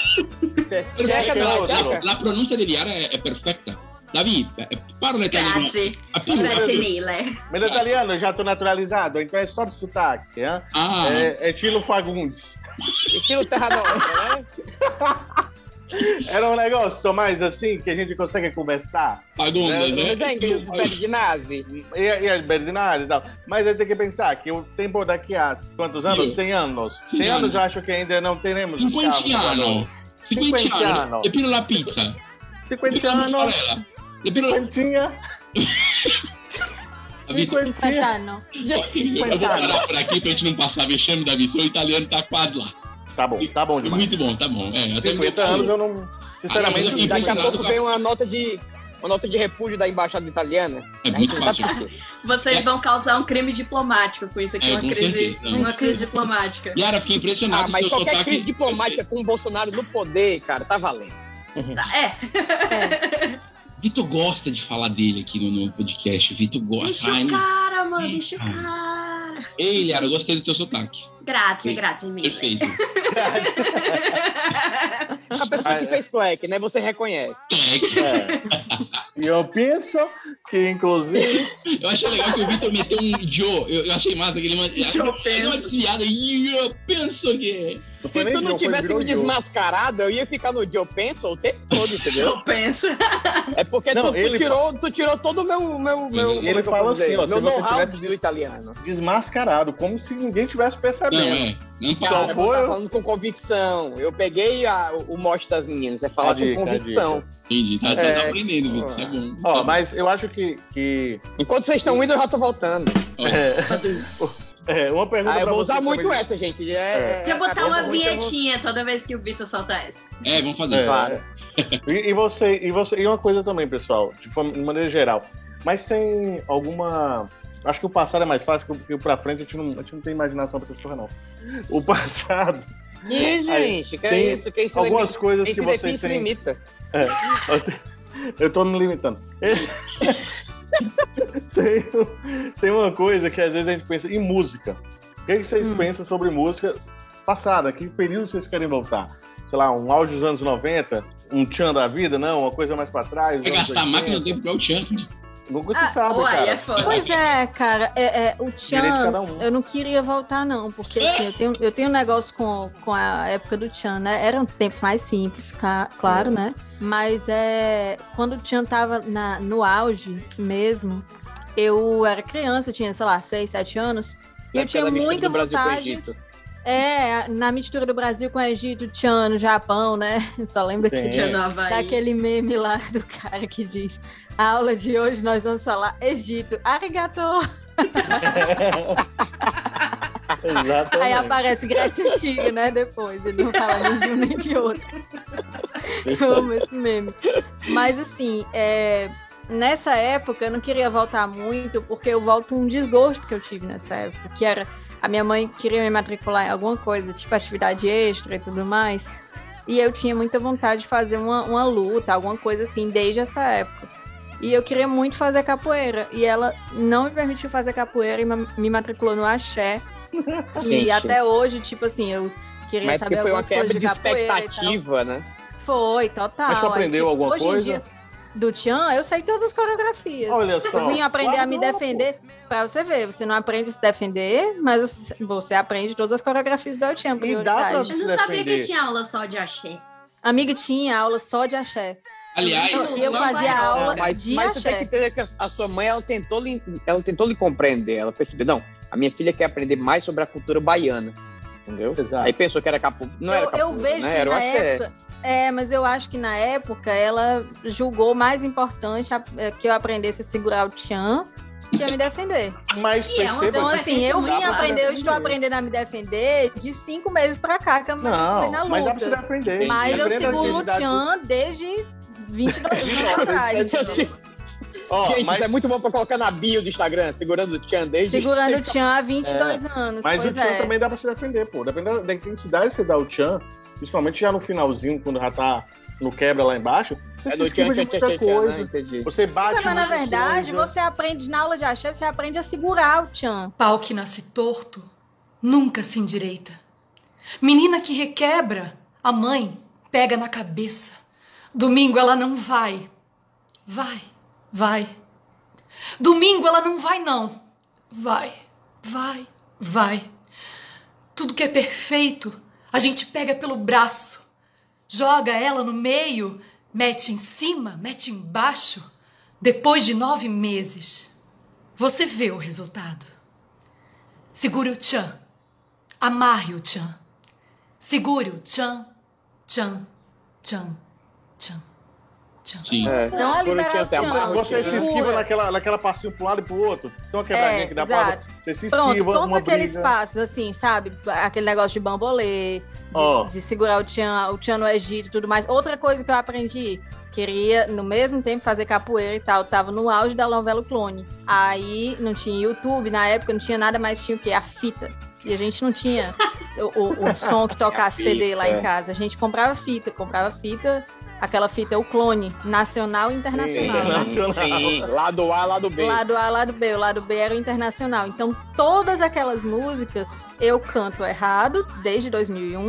S2: Perfetto.
S6: Cerca,
S2: La,
S6: cerca.
S2: la pronuncia di Yara è, è perfetta. Davi, eh, parla italiano.
S3: Grazie.
S2: A più, a più.
S3: Grazie mille.
S4: Mas no italiano eu já tô naturalizado, então é só de sotaque. Hein?
S2: Ah.
S4: É, é Tilo Fagundes.
S6: Estilo terra nova, né?
S4: Era um negócio mais assim que a gente consegue conversar.
S2: Fagundes,
S6: Mas é inglês, Berdinazzi.
S4: E, e as Berdinazzi e tal. Mas aí tem que pensar que o tempo daqui a quantos anos?
S2: Sim.
S4: 100 anos. 100
S2: Sim,
S4: anos
S2: anos.
S4: eu acho que ainda não teremos. os carros.
S2: 50 anni. 50 anni.
S4: Cinquantiano.
S2: E più la pizza.
S4: 50
S2: La
S4: anos.
S2: mozzarella. E più la...
S4: Cinquentinha.
S2: Vitor,
S10: Patano.
S2: Eu vou parar por aqui pra gente não passar vexame, Davi. Seu italiano tá quase lá.
S4: Tá bom, tá bom demais.
S2: Muito bom, tá bom. É, até
S4: 50 anos eu não. Sinceramente,
S2: Agora eu fiquei
S6: Daqui a
S2: impressionado
S6: pouco
S2: com
S6: vem uma nota de. Uma nota de repúdio da embaixada italiana.
S2: É muito fácil.
S3: Vocês vão causar um crime diplomático com isso aqui,
S2: É,
S3: uma
S2: com
S3: crise,
S2: certeza.
S3: uma crise diplomática.
S2: Yara, fiquei impressionado
S6: Ah,
S2: com
S6: mas
S2: seu
S6: qualquer
S2: sotaque.
S6: crise
S2: Eh,
S6: diplomática com o Bolsonaro no poder, cara, tá valendo.
S3: é,
S2: Vitor gosta de falar dele aqui no, no podcast. Vitor gosta.
S3: Deixa
S2: Ai,
S3: o cara, mano,
S2: Ai,
S3: deixa o
S2: cara.
S3: cara. é
S2: Ei, Yara, eu gostei do teu sotaque.
S3: Grazie, grazie mille.
S2: Perfeito.
S4: Ah,
S6: A pessoa
S4: é.
S6: que fez Black, né? Você reconhece.
S4: E eu penso que, inclusive.
S2: Eu achei legal que o Vitor meteu um Joe. Eu, eu achei massa que ele mandou.
S3: Eu
S2: Uma
S3: penso.
S2: desviada. Ih, Eu penso que.
S6: Se tu não tivesse
S4: um
S6: me desmascarado, eu ia ficar no Joe Penso o tempo todo, entendeu?
S3: Eu penso.
S6: É porque
S4: Não,
S6: tu, tu
S4: ele
S6: tirou, tu tirou todo o meu, meu, meu,
S4: Ele
S6: como é que eu
S4: fala
S6: posso dizer?
S4: assim, ó, se
S6: meu
S4: você
S6: know-how
S4: tivesse
S6: do italiano.
S4: Desmascarado, como se ninguém tivesse percebendo.
S2: Não, é. Não
S6: Cara,
S2: fala.
S6: eu
S4: foi-
S6: tava falando com convicção. Eu peguei a- o mote das meninas, é falar
S4: A dica,
S6: com
S4: a
S6: convicção.
S2: Entendi. Tá, tá
S6: É.
S2: aprendendo, Vitor. Isso é bom. Isso
S4: Ó,
S2: é bom.
S4: mas eu acho que. que
S6: Enquanto vocês estão indo, eu já tô voltando.
S4: é, uma pergunta.
S6: Ah, eu
S4: pra
S6: vou
S4: você
S6: usar
S4: também.
S6: muito essa, gente. É,
S3: Deixa eu botar
S6: acabou
S3: uma
S6: muito, eu vou-
S3: vinhetinha toda vez que o Vitor solta essa.
S2: É, vamos fazer.
S4: É,
S2: isso.
S4: é. E, e você, e você, e uma coisa também, pessoal, de forma- de maneira geral. Mas tem alguma. Acho que o passado é mais fácil, que o- que o pra frente a gente não, a gente não tem imaginação pra essas coisas, não. O passado.
S6: Ih,
S4: Aí,
S6: gente, que é
S4: tem
S6: isso? Quem se
S4: algumas
S6: limita-
S4: coisas
S6: quem
S4: que
S6: se
S4: vocês
S6: define se
S4: têm.
S6: limita.
S4: É, eu te- eu tô me limitando. tem, tem uma coisa que às vezes a gente pensa em música. O que, que vocês pensam sobre música passada? Que período vocês querem voltar? Sei lá, um auge dos anos 90? Um tchan da vida? Não, uma coisa mais pra trás?
S2: Vai
S4: anos
S2: gastar a
S4: 80?
S2: máquina do tempo pra o Chan.
S4: Nunca se sabe,
S3: uai,
S4: cara.
S3: é foda.
S10: Pois é, cara, é, é, o
S4: Direito de
S10: Ah, Tchan,
S4: cada um.
S10: eu não queria voltar, não, porque assim, eu tenho, eu tenho um negócio com, com a época do Tchan, né? Eram tempos mais simples, cla- claro, né? Mas é, quando o Tchan tava na, no auge mesmo, eu era criança, eu tinha, sei lá, 6, 7 anos. E eu tinha muita vontade.
S6: Egito.
S10: É, na mistura do Brasil com o Egito, Tchano, Japão, né? Só lembro
S6: Sim.
S10: que
S6: Tchan, Havaí.
S10: daquele meme lá do cara que diz: a aula de hoje nós vamos falar Egito, arigato. Aí aparece Grécia Antiga, né? Depois, ele não fala nem de um nem de outro. Eu amo esse meme. Mas assim, é, nessa época eu não queria voltar muito, porque eu volto um desgosto que eu tive nessa época, que era a minha mãe queria me matricular em alguma coisa, tipo atividade extra e tudo mais. E eu tinha muita vontade de fazer uma, uma luta, alguma coisa assim, desde essa época. E eu queria muito fazer capoeira. E ela não me permitiu fazer capoeira e ma- me matriculou no axé. E
S6: Gente.
S10: até hoje, tipo assim, eu queria
S6: Mas é
S10: saber
S6: porque foi uma
S10: algumas coisas
S6: quebra
S10: de
S6: de
S10: capoeira e tal.
S6: expectativa, né?
S10: Foi, total.
S6: Mas tu
S10: Aí,
S6: aprendeu
S10: tipo,
S6: alguma
S10: hoje em
S6: coisa?
S10: dia, do Tchan, eu sei todas as coreografias.
S6: Olha só.
S10: Eu vim aprender
S6: Claro
S10: a me
S6: não, pô.
S10: defender. Pra você ver, você não aprende a se defender, mas você aprende todas as coreografias do El Tchan, prioridade.
S3: Eu não sabia que tinha aula só de axé.
S10: Amigo, tinha aula só de axé.
S2: Aliás,
S10: E eu fazia aula
S6: Ah, mas,
S10: Então, é de
S6: mas você tem que
S10: axé.
S6: entender que a- a sua mãe ela tentou, lhe- ela tentou lhe compreender. Ela percebeu, não, a minha filha quer aprender mais sobre a cultura baiana. Entendeu?
S4: Ah.
S6: Aí pensou que era capu. Não era
S10: Eu, eu
S6: capoeira,
S10: vejo
S6: né?
S10: que
S6: Era o
S10: na
S6: axé.
S10: época... É, mas eu acho que na época ela julgou mais importante a- é, que eu aprendesse a segurar o Tchan que a me defender.
S4: Mas
S10: E é uma-
S4: perceba
S10: Então,
S4: que-
S10: assim, eu vim
S4: Dá pra
S10: aprender, eu
S4: defender.
S10: estou aprendendo a me defender de cinco meses pra cá, que eu me
S4: Não,
S10: matriculei na luta.
S4: mas dá pra se defender.
S10: Mas eu
S4: Lembrando
S10: seguro o
S4: da
S10: Tchan
S4: atividade-
S10: desde 22 anos atrás.
S4: é
S6: Gente, isso é muito bom pra colocar na bio do Instagram, segurando o Tchan desde.
S10: Segurando o Tchan há 22
S4: É,
S10: anos,
S4: Mas
S10: pois
S4: o Tchan
S10: é.
S4: também dá pra se defender, pô. Dependendo da intensidade que você dá o Tchan, principalmente já no finalzinho, quando já tá no quebra lá embaixo, você
S6: É
S4: se
S6: no
S4: esquiva
S6: tchan,
S4: tipo de
S6: tchan,
S4: muita
S6: tchan, tchan, né?
S4: coisa.
S6: Entendi.
S4: você bate assim,
S10: Mas, na
S4: muita
S10: verdade,
S4: coisa.
S10: você aprende na aula de axé, você aprende a segurar o Tchan.
S12: Pau que nasce torto, nunca se endireita. Menina que requebra, a mãe pega na cabeça. Domingo ela não vai. Vai, vai. Domingo ela não vai, não. Vai, vai, vai. Tudo que é perfeito, a gente pega pelo braço, joga ela no meio, mete em cima, mete embaixo. Depois de nove meses, você vê o resultado. Segure o tchan. Amarre o tchan. Segure o tchan, tchan, tchan, tchan.
S2: Sim.
S4: É.
S10: Não é liberar
S4: Por
S10: o
S4: exemplo,
S10: Tchan,
S4: Você se
S10: segura.
S4: esquiva naquela, naquela passinho pro lado e pro outro. Tem uma quebradinha
S10: É,
S4: que dá
S10: exato.
S4: pra. Você se esquiva.
S10: Pronto, todos
S4: uma
S10: aqueles
S4: briga.
S10: passos, assim, sabe? Aquele negócio de bambolê, de,
S4: Ó.
S10: de segurar o tchan, o tchan no Egito e tudo mais. Outra coisa que eu aprendi, queria, no mesmo tempo, fazer capoeira e tal. Eu tava no auge da novela O Clone. Aí não tinha YouTube, na época não tinha nada, mas tinha o quê? A fita. E a gente não tinha o, o- o som que tocasse
S3: A fita.
S10: CD lá em casa. A gente comprava fita, comprava fita, aquela fita, é o clone, nacional e internacional. né?
S6: Sim, lado A, lado B.
S10: Lado A, lado B. O lado B era o internacional. Então, todas aquelas músicas eu canto errado desde 2001.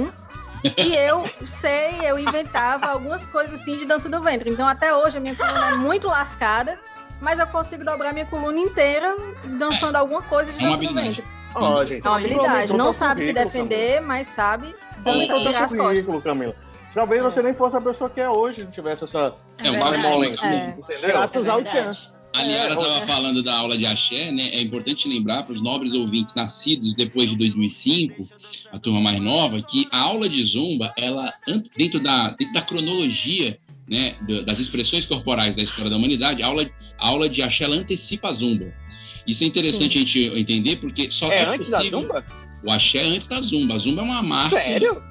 S10: E eu sei, eu inventava algumas coisas assim de dança do ventre. Então, até hoje, a minha coluna é muito lascada, mas eu consigo dobrar minha coluna inteira dançando alguma coisa de
S4: É uma
S10: dança do
S4: habilidade.
S10: ventre.
S4: Ó, gente,
S10: É uma
S4: isso
S10: habilidade.
S4: aumentou
S10: Não
S4: teu
S10: sabe se
S4: currículo,
S10: defender, mas sabe
S4: Olha
S10: dançar
S4: só
S10: virar as
S4: teu
S10: costas.
S4: currículo, Camila. Se Talvez você nem fosse a pessoa que é hoje, se não tivesse essa.
S2: É, o Wagner
S4: memória,
S2: Moura.
S4: entendeu? É,
S6: Graças
S10: É
S6: ao Tchan.
S2: A
S6: É,
S2: Liara estava falando da aula de axé, né? É importante lembrar para os nobres ouvintes nascidos depois de 2005, a turma mais nova, que a aula de zumba, ela an- dentro da, dentro da cronologia, né, da- das expressões corporais da história da humanidade, a aula, a aula de axé ela antecipa a zumba. Isso é interessante a gente entender porque só
S6: É
S2: é
S6: antes da
S2: possível-
S6: zumba? Ah,
S2: O axé é antes da zumba. A zumba é uma marca.
S6: Sério?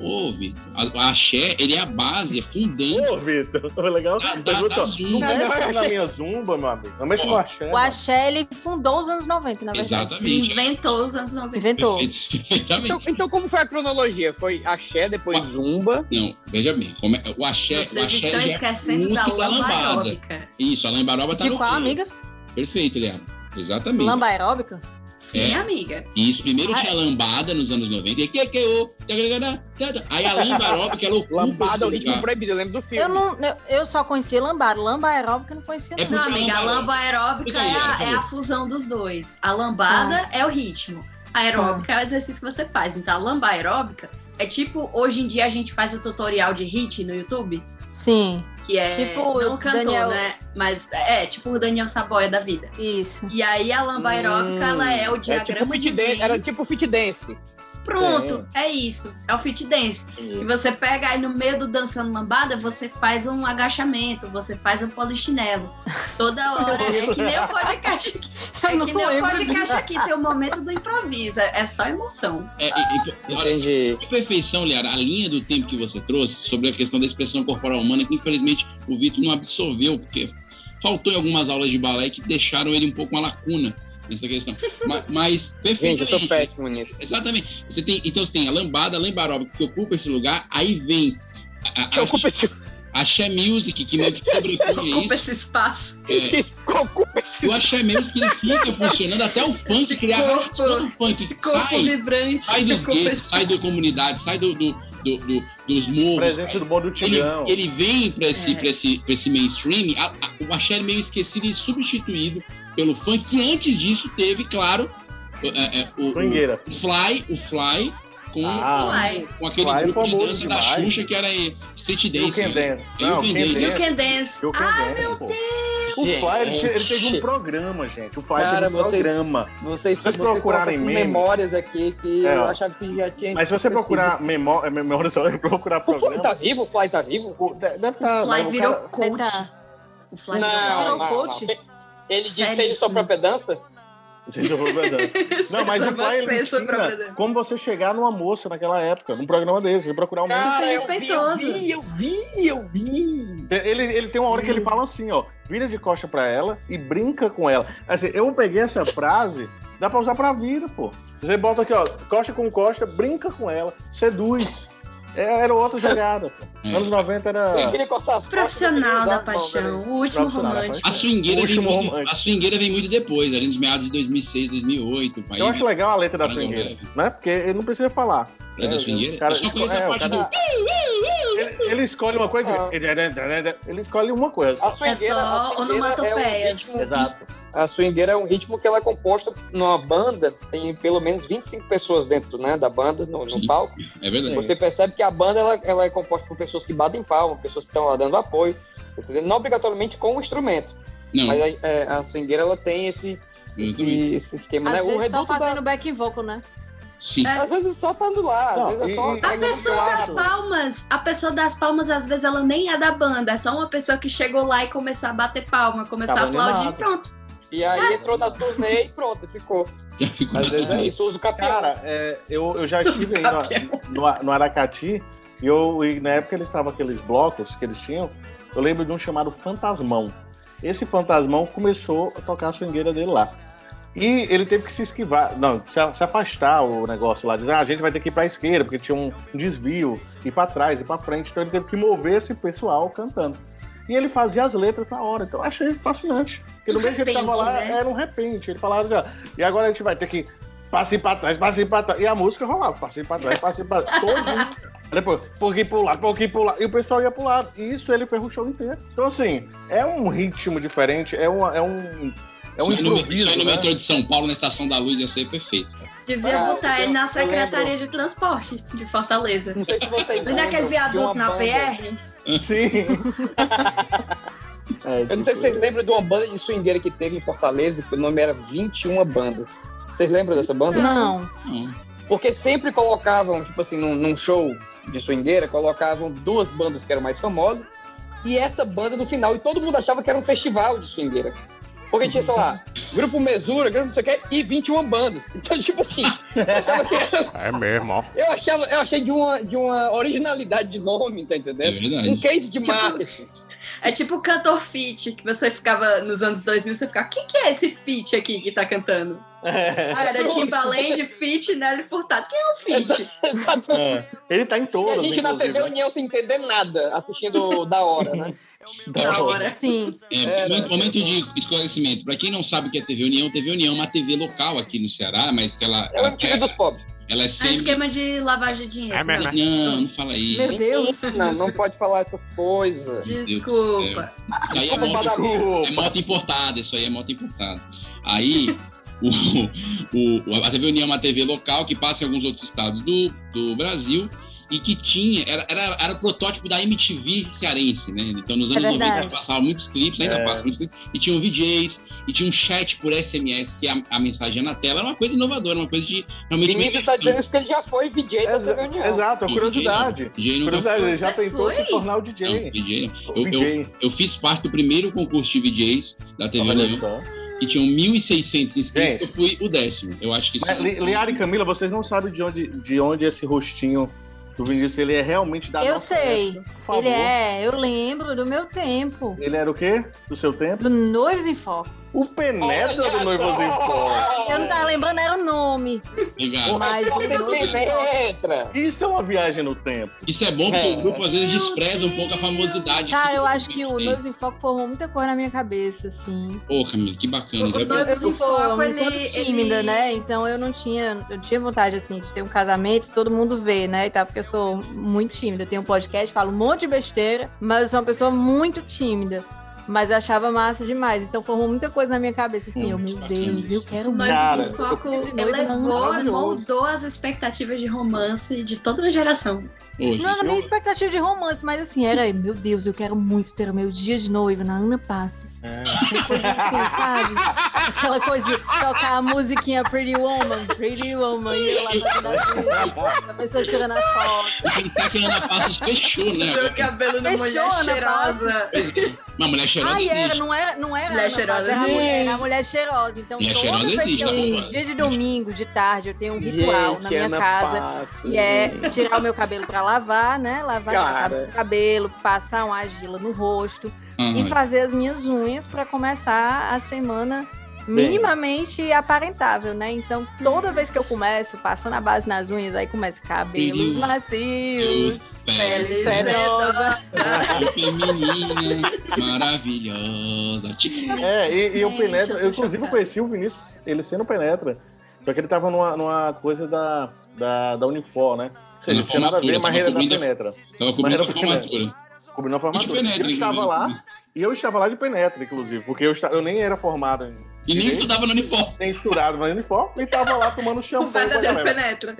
S2: Ô, Vitor, a- o axé, ele é a base, é fundante.
S4: Ô, Vitor, legal. Mas,
S2: da, da
S4: Vitor, não
S2: zumba.
S4: mexe na minha zumba, meu amigo. Não mexe no axé.
S10: O axé, ele fundou os anos
S6: é
S10: 90, na verdade.
S2: Exatamente.
S10: Inventou os anos 90. Inventou.
S6: Então, então como foi a cronologia? Foi axé, depois zumba.
S2: Não, veja bem, como é- o axé.
S6: Vocês
S2: o axé
S6: estão
S2: já é
S6: esquecendo
S2: muito
S6: da lamba
S2: lambada.
S6: aeróbica.
S2: Isso, a lamba aeróbica tá
S10: De
S2: no
S10: qual,
S2: meio.
S10: amiga?
S2: Perfeito, Leandro. Exatamente.
S10: Lamba aeróbica?
S2: Sim, É.
S10: amiga.
S2: Isso, primeiro tinha
S10: Ah,
S2: a lambada nos anos 90. e Que, que, ô, tá, tá, tá, tá. Aí a lamba aeróbica, ela ocupa
S6: Lambada, o
S2: esse
S6: ritmo
S2: lugar.
S6: proibido, eu lembro do filme.
S10: Eu, não, eu, eu só conhecia lambada. Lamba aeróbica eu não conhecia
S2: É
S10: nada.
S3: Não, amiga, a lamba aeróbica é a, é a fusão dos dois. A lambada é o ritmo. A aeróbica é o exercício que você faz. Então, a lamba aeróbica é tipo, hoje em dia a gente faz o tutorial de hit no YouTube.
S10: Sim.
S3: que é
S10: Tipo
S3: não cantor,
S10: Daniel-
S3: né? Mas é tipo o Daniel Saboia da vida.
S10: Isso.
S3: E aí a lamba aeróbica, ela é o
S6: tipo
S3: diagrama
S6: fit
S3: de
S6: dan- Era tipo fit dance.
S3: Pronto, é. isso. É o fit dance. E você pega aí no meio do dançando lambada, você faz um agachamento, você faz um polichinelo. Toda hora. É que nem o podcast. É
S10: Eu não
S3: que nem o
S10: lembro
S3: podcast
S10: disso.
S3: aqui, tem o momento do improviso. É só emoção.
S2: É, e, e, olha, Que perfeição, Liara, a linha do tempo que você trouxe sobre a questão da expressão corporal humana, que infelizmente o Vitor não absorveu, porque faltou em algumas aulas de balé que deixaram ele um pouco uma lacuna nessa questão. Ma- mas, perfeitamente.
S6: Gente, eu sou péssimo nisso.
S2: Exatamente. Você tem, então você tem a lambada, a lambaróbica que ocupa esse lugar, aí vem a, a, a, a Axé Music, que meio que sobrepunha É isso.
S3: Ocupa esse espaço.
S2: E o Axé Music ele fica funcionando até o funk criar
S3: corpo-
S2: todo o funk
S3: esse corpo
S2: sai,
S3: vibrante
S2: sai dos
S3: ocupa
S2: gays,
S3: esse-
S2: sai da comunidade, sai do, do, do- do- dos morros.
S4: Presença
S2: sai-
S4: do bom do
S2: ele,
S4: Tigrão.
S2: ele vem para esse,
S4: É.
S2: pra esse, pra esse mainstream, a- a- o Axé é meio esquecido e substituído pelo funk, que antes disso teve, claro, o, é, é, o,
S4: Swingueira.
S2: o Fly, o Fly com,
S4: Ah, Fly.
S2: com aquele
S4: Fly
S2: grupo de
S4: famoso
S2: dança da
S4: demais.
S2: Xuxa que era eh, Street Dance.
S4: Can
S2: né?
S4: Dance.
S2: E o
S4: Não,
S2: Can
S4: Can
S2: Dance.
S4: Dance.
S3: You Can Dance.
S4: Eu
S3: Ai,
S4: converso,
S3: meu
S4: pô.
S3: Deus!
S4: O Fly, ele, tinha- ele teve um programa, gente. O Fly
S6: Cara,
S4: teve um
S6: vocês-
S4: programa.
S6: Vocês,
S4: vocês
S6: vocês procurarem
S4: procurarem memes.
S6: memórias aqui que
S4: É,
S6: eu
S4: ó.
S6: achava que já tinha.
S4: Mas se você procurar memória, memória só eu procurar
S6: O Fly
S4: programa.
S6: tá vivo? O Fly tá vivo?
S4: Deve
S3: O Fly virou coach. O Fly
S6: Não,
S3: virou
S6: não,
S3: coach.
S6: não. Ele disse ser de
S3: Seríssimo.
S6: sua própria dança?
S4: Gente, eu vou guardando. Não, mas o Fly ele
S3: Você, sua própria
S4: ensina como você chegar numa moça naquela época, num programa desse, e
S3: é
S4: procurar um
S6: Cara,
S4: monte
S6: eu vi, eu vi, eu vi, eu vi.
S4: de- ele, ele tem uma hora que ele fala assim, ó, vira de costa pra ela e brinca com ela. Assim, eu peguei essa frase, dá pra usar pra vida, pô. Você bota aqui, ó, costa com costa, brinca com ela, seduz. É, era outra jogada. pô. Anos 90
S6: Eu
S4: era...
S6: queria coçar as
S3: Profissional da
S6: costas, eu queria usar a mão,
S3: paixão,
S6: velho.
S3: o último
S4: Profissional da
S3: romântico.
S2: A swingueira, vem
S4: Último
S2: muito,
S4: romântico.
S2: a swingueira vem muito depois, ali nos meados de 2006, 2008. Aí,
S4: Eu acho legal a letra da
S2: Parada
S4: swingueira,
S2: leve.
S4: né? Porque ele não precisa falar.
S2: É da swingueira?
S4: O né? cara-
S2: Eu só conheço
S4: é,
S2: a
S4: o
S2: parte
S4: cara- Ele, ele escolhe uma coisa.
S6: Ah.
S4: Ele, ele escolhe uma coisa.
S6: A swingueira, a swingueira
S3: só
S6: é um
S3: onomatopeias.
S6: ritmo,
S4: Exato.
S6: a swingueira é um ritmo que ela é composta numa banda, tem pelo menos 25 pessoas dentro né, da banda, no, no palco.
S2: É verdade.
S6: Você percebe que a banda ela, ela é composta por pessoas que batem palma, pessoas que estão lá dando apoio, entendeu? não obrigatoriamente com o instrumento.
S2: Não.
S6: Mas a, é, a swingueira ela tem esse, esse,
S4: Uhum.
S2: Exatamente.
S6: esse esquema,
S10: Às
S6: né? O
S10: vezes só
S6: reduto
S10: fazendo
S6: da-
S10: back vocal, né?
S4: é
S2: Sim.
S4: um
S6: Às vezes só tá indo lá,
S4: Não,
S6: às vezes é
S4: e-
S6: só
S4: e-
S6: pega
S3: A
S6: no
S3: pessoa das
S6: braço.
S3: palmas, a pessoa das palmas, às vezes ela nem é da banda, é só uma pessoa que chegou lá e começou a bater palma, começou
S4: Tava
S3: a aplaudir
S4: animado.
S3: e pronto.
S6: E aí entrou na turnê e pronto, ficou.
S2: Já ficou
S6: Às vezes é isso, usa o
S4: Cara,
S6: capião.
S4: é, eu, eu já estive aí no, no- no Aracati e, eu, e na época eles estavam aqueles blocos que eles tinham. Eu lembro de um chamado Fantasmão. Esse Fantasmão começou a tocar a swingueira dele lá. E ele teve que se esquivar, não, se, se afastar o negócio lá. Diz, ah, a gente vai ter que ir pra esquerda, porque tinha um desvio, ir pra trás, ir pra frente. Então ele teve que mover esse pessoal cantando. E ele fazia as letras na hora, então eu achei fascinante. Porque no
S3: Um
S4: meio que ele tava
S3: repente,
S4: lá,
S3: né?
S4: era um repente. Ele falava assim, ó, e agora a gente vai ter que passei pra trás, passei pra trás. E a música rolava, passei pra trás, passei pra trás. Todo mundo. Aí Depois, pouquinho pro lado, pouquinho pro lado. E o pessoal ia pro lado. E isso ele ferrou o show inteiro. Então, assim, é um ritmo diferente, é, uma, é um. É um
S2: Isso aí no- isso aí
S4: improviso.
S2: no
S4: né?
S2: metrô de São Paulo, na Estação da Luz, ia ser perfeito.
S3: Devia
S6: Ah,
S3: botar
S6: eu-
S3: ele na
S6: eu
S3: Secretaria de Transporte de Fortaleza.
S6: Não sei se vocês
S3: Lembra aquele
S6: lembram de uma
S3: viaduto na
S6: banda-
S3: PR?
S4: Sim. É,
S6: Eu não sei se vocês lembram de uma banda de swingueira que teve em Fortaleza, que o nome era 21 Bandas. Vocês lembram dessa banda?
S10: Não.
S2: Hum.
S6: Porque sempre colocavam, tipo assim, num, num show de swingueira, colocavam duas bandas que eram mais famosas e essa banda no final. E todo mundo achava que era um festival de swingueira. Porque tinha, sei lá, Grupo Mesura, Grupo não sei o quê, e 21 bandas. Então, tipo assim, eu achava que era
S13: É mesmo, ó.
S6: Eu, achava, eu achei de uma, de uma originalidade de nome, tá entendendo?
S2: É verdade.
S6: Um case
S4: Tipo,
S6: de marketing.
S3: É tipo o cantor fit, que você ficava nos anos 2000, você ficava, quem que é esse fit aqui que tá cantando?
S10: É.
S4: É.
S3: Ah, era Timbaland, fit, Nelly Furtado. Quem é o fit?
S4: É. Ele tá em
S6: e a
S4: todas.
S6: gente na TV
S4: inclusive, né?
S6: União sem entender nada, assistindo da hora, né?
S4: Então,
S3: Da hora.
S10: Sim.
S2: É,
S6: É,
S2: momento-
S6: né?
S2: momento de esclarecimento. Para quem não sabe o que é TV União, TV União é uma TV local aqui no Ceará, mas que ela,
S6: É o
S2: ela,
S6: MTV dos pobres.
S2: ela é
S3: É um
S2: sempre.
S3: esquema de lavagem de dinheiro.
S13: É mesmo, é.
S2: Não, não fala aí.
S10: Meu Deus.
S6: Não, não pode falar essas coisas.
S3: Desculpa.
S2: Isso aí é
S6: Como
S2: moto,
S6: Badabun.
S2: é moto importada, isso aí é moto importada. Aí, o, o- a TV União é uma TV local que passa em alguns outros estados do, do Brasil. e que tinha, era, era, era o protótipo da MTV cearense, né? Então nos
S10: É
S2: anos 90
S10: verdade.
S2: passavam muitos clipes, ainda
S10: É.
S2: passam muitos clipes, e tinham VJs, e tinha um chat por SMS, que a, a mensagem ia na tela era uma coisa inovadora, uma coisa de realmente.
S6: Vinícius tá dizendo isso porque ele já foi DJ da TV União.
S4: Exato, é curiosidade.
S2: DJ não
S4: Curiosidade, ele
S2: deu-
S4: já tentou se tornar o
S2: Não,
S4: DJ.
S2: DJ não.
S4: O
S2: Eu,
S4: DJ.
S2: eu- eu fiz parte do primeiro concurso de VJs da TV
S4: Olha
S2: União,
S4: só.
S2: que tinham 1.600 inscritos,
S4: Gente.
S2: eu fui o décimo. Eu acho que isso
S4: Mas,
S2: é-
S4: Li- Liara e Camila, vocês não sabem de onde, de onde esse rostinho do Vinícius, ele é realmente
S3: Ah,
S4: da
S10: Eu
S4: nossa
S10: sei.
S4: favor.
S10: Ele é, eu lembro do meu tempo.
S4: Ele era o quê? Do seu tempo?
S10: Do Noivos em Foco.
S4: O penetra do Noivos em Foco.
S10: Eu não tava lembrando, era o nome.
S2: Obrigado.
S10: Mas do Noivos em Foco.
S4: Isso é uma viagem no tempo.
S2: Isso é bom porque o grupo às vezes despreza um pouco a famosidade.
S10: Cara, eu acho que o Noivos em Foco formou muita cor na minha cabeça, assim.
S2: Pô, Camila, que bacana.
S10: Eu,
S2: já viu?
S10: eu sou
S3: Foco,
S10: um tanto
S3: ele-
S10: tímida,
S3: ele-
S10: né? Então eu não tinha, eu tinha vontade assim de ter um casamento, todo mundo vê, né? E tal, porque eu sou muito tímida. Eu tenho um podcast, falo um monte de besteira, mas eu sou uma pessoa muito tímida. Mas eu achava massa demais. Então formou muita coisa na minha cabeça, assim. eu, meu Deus, eu quero
S3: Noivo
S10: muito.
S3: em Foco elevou,
S10: maravilhoso.
S3: moldou as expectativas de romance de toda a geração.
S10: Não era nem expectativa de romance, mas assim, era, meu Deus, eu quero muito ter o meu dia de noiva na Ana Passos.
S2: É.
S10: Uma coisa assim, sabe? Aquela coisa de tocar a musiquinha Pretty Woman, Pretty Woman, e eu lá fazendo as coisas, a pessoa tirando a foto.
S2: Pensar que a tá Ana Passos fechou, né?
S3: Meu cabelo
S10: da Fechou, mulher Ana cheirosa.
S2: Uma mulher cheirosa.
S10: Ai, era,
S2: existe.
S10: não era, não era
S3: Mulher
S10: Ana
S3: cheirosa
S10: Passos, era a
S3: existe.
S10: mulher, era a mulher cheirosa. Então,
S2: Mulher
S10: toda
S2: cheirosa
S10: vez que
S2: existe,
S10: eu,
S2: Ana
S10: dia de domingo, de tarde, eu tenho um ritual
S6: Gente, é
S10: na minha
S6: Ana
S10: casa.
S6: Passos,
S10: e é
S6: gente.
S10: tirar o meu cabelo pra lavar, né? Lavar
S6: Cara.
S10: o cabelo, passar uma argila no rosto
S2: Ah,
S6: Ai.
S10: e fazer as minhas unhas pra começar a semana
S6: Bem.
S10: minimamente aparentável, né? Então, toda vez que eu começo, passando a base nas unhas, aí começa cabelos
S2: Pelos,
S10: macios, pele
S2: peles
S10: sedosa.
S2: Feminina, maravilhosa. Tipo,
S4: É, e, e o
S2: Gente,
S4: Penetra,
S2: eu
S4: eu,
S2: tô
S4: inclusive conheci o Vinícius, ele sendo Penetra. Só que ele tava numa, numa coisa da, da, da Unifor, né? Ou seja,
S2: Na
S4: não tinha nada a ver,
S2: formatura,
S4: mas
S2: tava
S4: era da
S2: cobrindo a-
S4: Penetra.
S2: tava
S4: Mas
S2: cobrindo
S4: era
S2: a formatura. tipo
S4: Cobrindo a formatura.
S2: De Penetra,
S4: eu estava
S2: inclusive.
S4: lá, e eu estava lá de Penetra, inclusive, porque eu, esta- eu nem era formado em.
S2: E nem estudava no uniforme.
S4: Nem estudava no uniforme e tava lá tomando
S10: Então
S4: shampoo. com a galera.
S3: penetra.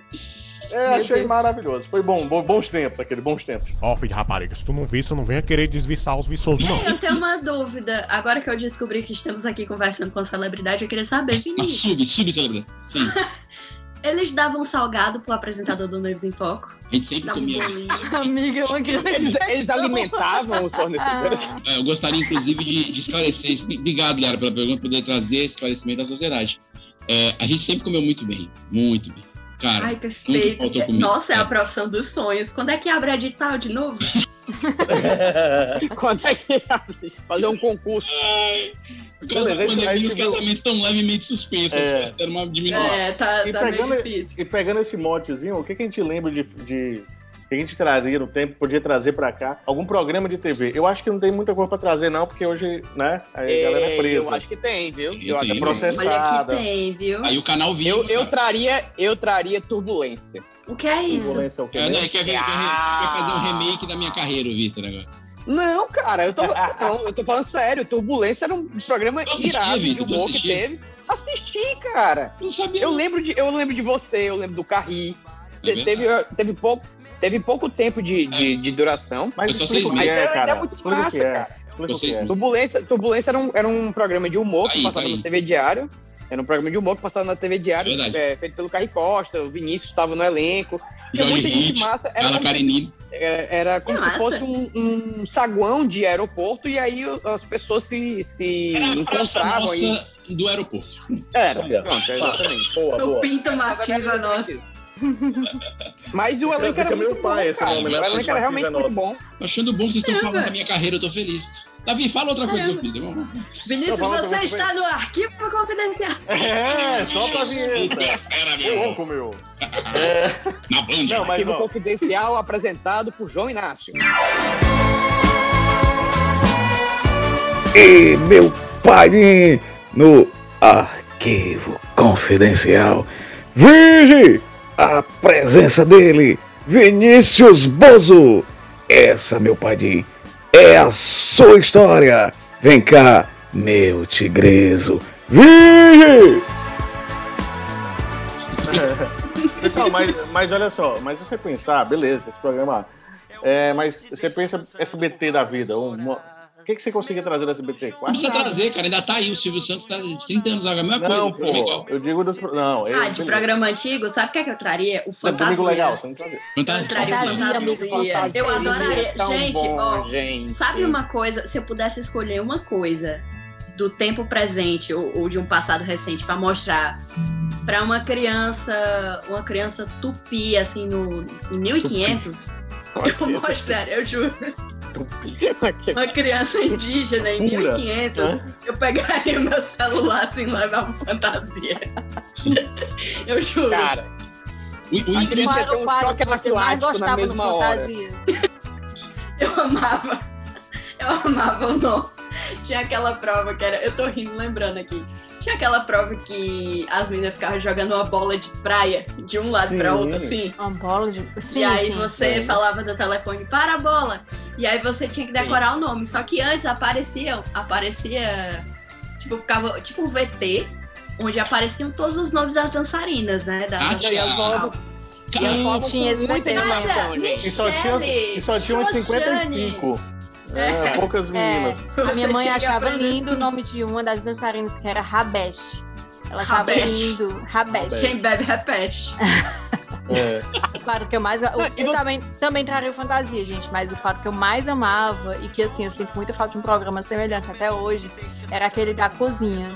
S4: É,
S3: Meu
S4: achei
S3: Deus.
S4: maravilhoso. Foi bom, bo- bons tempos, aquele bons tempos.
S13: Ó, filho de rapariga, se tu não viça, não venha querer desviçar os viçosos, não.
S3: Eu tenho uma dúvida. Agora que eu descobri que estamos aqui conversando com a celebridade, eu queria saber,
S2: Uma
S3: Vinícius,
S2: Ah, sub, sub celebridade. Sim,
S3: eles davam um salgado pro apresentador do Noivos em Foco?
S2: a gente sempre
S3: Dava um
S2: comia.
S3: bolinho.
S10: Amiga, é uma grande Ah, um
S6: Eles, eles alimentavam os fornecedores.
S2: É, Eu gostaria, inclusive, de, de esclarecer isso. Obrigado, Lara, pela pergunta, poder trazer esse esclarecimento à sociedade. É, a gente sempre comeu muito bem, muito bem. Cara,
S3: Ai,
S2: nunca
S3: perfeito.
S2: faltou comida.
S3: Nossa, é a profissão dos sonhos. Quando é que abre a edital de novo?
S6: Quando é que fazer um concurso?
S2: Por causa da
S4: Beleza, aí
S2: pandemia, os
S4: tivemos-
S2: casamentos estão levemente suspensos.
S4: É.
S2: Era uma diminuição.
S3: tá,
S4: e pegando, e pegando esse motezinho, o que, que a gente lembra de. de- o que a gente trazia no tempo, podia trazer pra cá algum programa de TV. Eu acho que não tem muita coisa pra trazer, não, porque hoje, né, a galera é presa.
S6: Eu acho que tem, viu?
S2: Eu
S6: Eu acho
S2: tenho.
S6: que é
S3: Olha
S4: processada.
S3: que tem, viu?
S2: Aí o canal viu.
S6: Eu, eu traria, eu traria turbulência.
S3: O que é isso?
S4: Violência é o quê
S2: É, não,
S4: mesmo?
S2: é que é- é- é- quer fazer um remake da minha carreira, o Vitor, agora.
S6: Não, cara, eu tô, não, eu tô falando sério. Turbulência era um programa
S2: Eu assisti,
S6: irado de
S2: Vitor, tu
S6: humor que
S2: assistiu?
S6: teve. Assisti, cara.
S2: Eu sabia.
S6: Eu lembro de, eu lembro de você, eu lembro do Carri. Te-
S2: É verdade. É.
S6: teve, uh, teve, pouco, teve pouco tempo de, de, de duração.
S4: Mas
S2: Eu só
S4: explica
S2: sei
S4: o que
S2: mesmo.
S4: é,
S6: Mas era
S4: cara.
S6: muito
S4: Explica o que
S6: massa,
S4: é.
S6: cara.
S4: Explica o que
S2: Vocês
S4: é.
S2: não
S6: Turbulência, Turbulência era, um, era um programa de humor
S2: Aí,
S6: que passava
S2: aí.
S6: na TV Diário. Era um programa de humor que passava na TV Diário,
S2: Verdade.
S6: é, feito pelo Carri Costa, o Vinícius estava no elenco. Tinha
S2: Jorge
S6: muita gente
S2: Hit,
S6: massa. Era
S2: Carla
S6: como,
S2: Karenina.
S6: era, É, era como
S3: Que
S6: se
S3: massa.
S6: fosse um, um saguão de aeroporto e aí o- as pessoas se, se
S2: Era a praça
S6: encontravam aí.
S2: nossa do aeroporto.
S6: Era,
S4: Olha.
S6: pronto, exatamente.
S4: Boa,
S3: O
S4: boa.
S3: Pinto Matiza, nossa.
S6: Mas o elenco era
S4: fica
S6: muito
S4: meu pai
S6: bom,
S4: esse
S6: cara.
S4: nome,
S6: O
S4: né?
S6: elenco era realmente
S4: Matiza
S6: muito bom.
S2: Tô achando bom que vocês estão
S3: É,
S2: falando
S3: velho.
S2: da minha carreira, eu tô feliz. Davi, fala outra coisa, meu filho. Vamos, vamos.
S3: Vinícius,
S4: Não, fala
S3: você
S4: outra
S3: está no arquivo confidencial.
S4: É, solta a vinheta.
S2: Fera, meu.
S4: Ô,
S2: irmão.
S4: louco, meu.
S2: Na banda.
S4: Não, mas
S6: Arquivo
S4: ó,
S6: Confidencial apresentado por João Inácio.
S14: e meu pai no arquivo confidencial. Vige a presença dele, Vinícius Bozo. Essa, meu padrinho, é a sua história. Vem cá, meu tigrezo. Vige!
S4: Não, mas, mas olha só, mas você pensar, beleza, esse programa. É, mas você pensa é SBT da vida. uma- o que, que você conseguia trazer do SBT?
S2: Não precisa trazer, cara. Ainda tá aí. O Silvio Santos tá de 30 anos, a mesma coisa.
S4: Não,
S2: o programa é igual.
S4: pô, eu digo dos. pro- Não, eu,
S3: Ah, de programa antigo, sabe o que, é que eu traria? O
S4: Não, domingo
S3: Fantasia.
S4: legal, você não tá
S3: Eu traria o
S10: É Fantasia, amigo,
S3: Fantasia.
S10: fantasia.
S3: Eu adoraria.
S10: É tão
S3: Gente,
S10: bom,
S3: ó,
S10: gente.
S3: sabe uma coisa? Se eu pudesse escolher uma coisa do tempo presente ou, ou de um passado recente pra mostrar pra uma criança, uma criança tupi, assim, no, em 1500, eu mostraria, eu juro. Uma criança indígena em
S7: Pura,
S3: 1500,
S7: né?
S3: eu pegaria meu celular assim e levava fantasia. Eu juro.
S6: Cara,
S2: o,
S6: A criança tem um choque anafilático na mesma hora.
S3: Eu amava. Eu amava o nome. Tinha aquela prova que era. Eu tô rindo, lembrando aqui. Tinha aquela prova que as meninas ficavam jogando uma bola de praia de um lado pra
S10: Sim.
S3: outro, assim.
S10: Uma bola de.
S3: e
S10: Sim,
S3: aí
S10: sim,
S3: você
S10: sim.
S3: falava do telefone para a bola. E aí você tinha que decorar o nome. Só que antes apareciam, aparecia. Tipo, ficava tipo um VT, onde apareciam todos os nomes das dançarinas, né? Da,
S2: Ah,
S3: das-
S2: tinha.
S3: E eu falava com muita
S10: tá
S3: emoção,
S10: então,
S4: E
S3: gente.
S4: só tinha, e só tinha umas
S3: Michele,
S4: 55. É,
S10: É.
S4: poucas meninas.
S10: A minha mãe
S3: tinha
S10: achava
S3: produzido.
S10: lindo o nome de uma das dançarinas, que era Rabesh. Ela achava
S3: Rabesh.
S10: lindo. Rabesh.
S3: Quem bebe repete.
S4: É.
S10: Claro que eu mais. o- eu também, também traria fantasia, gente, mas o fato que eu mais amava e que, assim, eu sinto muita falta de um programa semelhante até hoje era aquele da cozinha.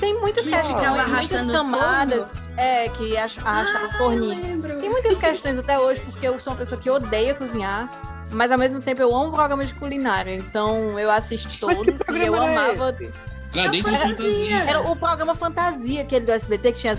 S10: Tem muitas
S3: Que ficava
S10: questões, muitas
S3: arrastando os
S10: camadas. É, que ach- arrastava o forninho. Tem muitas questões até hoje, porque eu sou uma pessoa que odeia cozinhar, mas ao mesmo tempo eu amo programa de culinária. Então eu assisto todos e eu
S3: programa era
S10: amava.
S2: Era dentro do
S10: Era- assim,
S2: fantasia.
S10: Era o programa Fantasia, aquele do SBT, que tinha as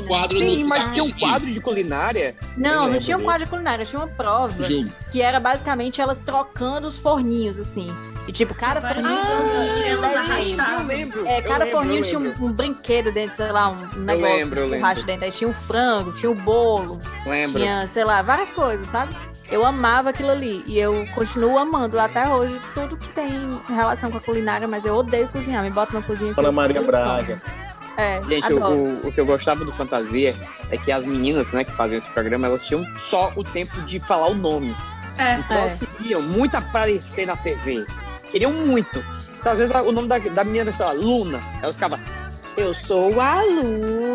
S2: E o um quadro
S10: Tem
S2: do-
S10: mais que
S6: Um quadro de culinária? Eu
S10: não, não
S6: lembro
S10: tinha um
S6: dele.
S10: quadro de culinária, tinha uma prova.
S6: Jogo.
S10: Que era basicamente elas trocando os forninhos, assim. E tipo, cada
S3: Várias
S6: um Ah,
S10: forninho.
S3: danças, elas
S10: eu
S3: arrastavam.
S10: lembro,
S3: Eu
S10: É, cada
S3: lembro,
S10: forninho
S3: eu
S10: tinha
S3: lembro.
S10: um, um brinquedo dentro, sei lá, um negócio,
S6: lembro, eu
S10: um
S6: lembro.
S10: racho dentro. Aí tinha um frango, tinha o bolo,
S6: Lembro.
S10: tinha, sei lá, várias coisas, sabe? Eu amava aquilo ali. E eu continuo amando até hoje tudo que tem em relação com a culinária, mas eu odeio cozinhar. Me bota na cozinha. que
S6: Ana
S10: eu
S6: Maria
S10: morro de fome.
S6: Braga.
S10: É,
S6: Gente, o,
S10: adoro.
S6: o- o que eu gostava do Fantasia é que as meninas, né, que faziam esse programa, elas tinham só o tempo de falar o nome.
S3: É,
S6: Então elas queriam muito aparecer na TV. Queriam muito. Então, às vezes a- o nome da, da menina era, sei lá, Luna. Ela ficava, eu sou a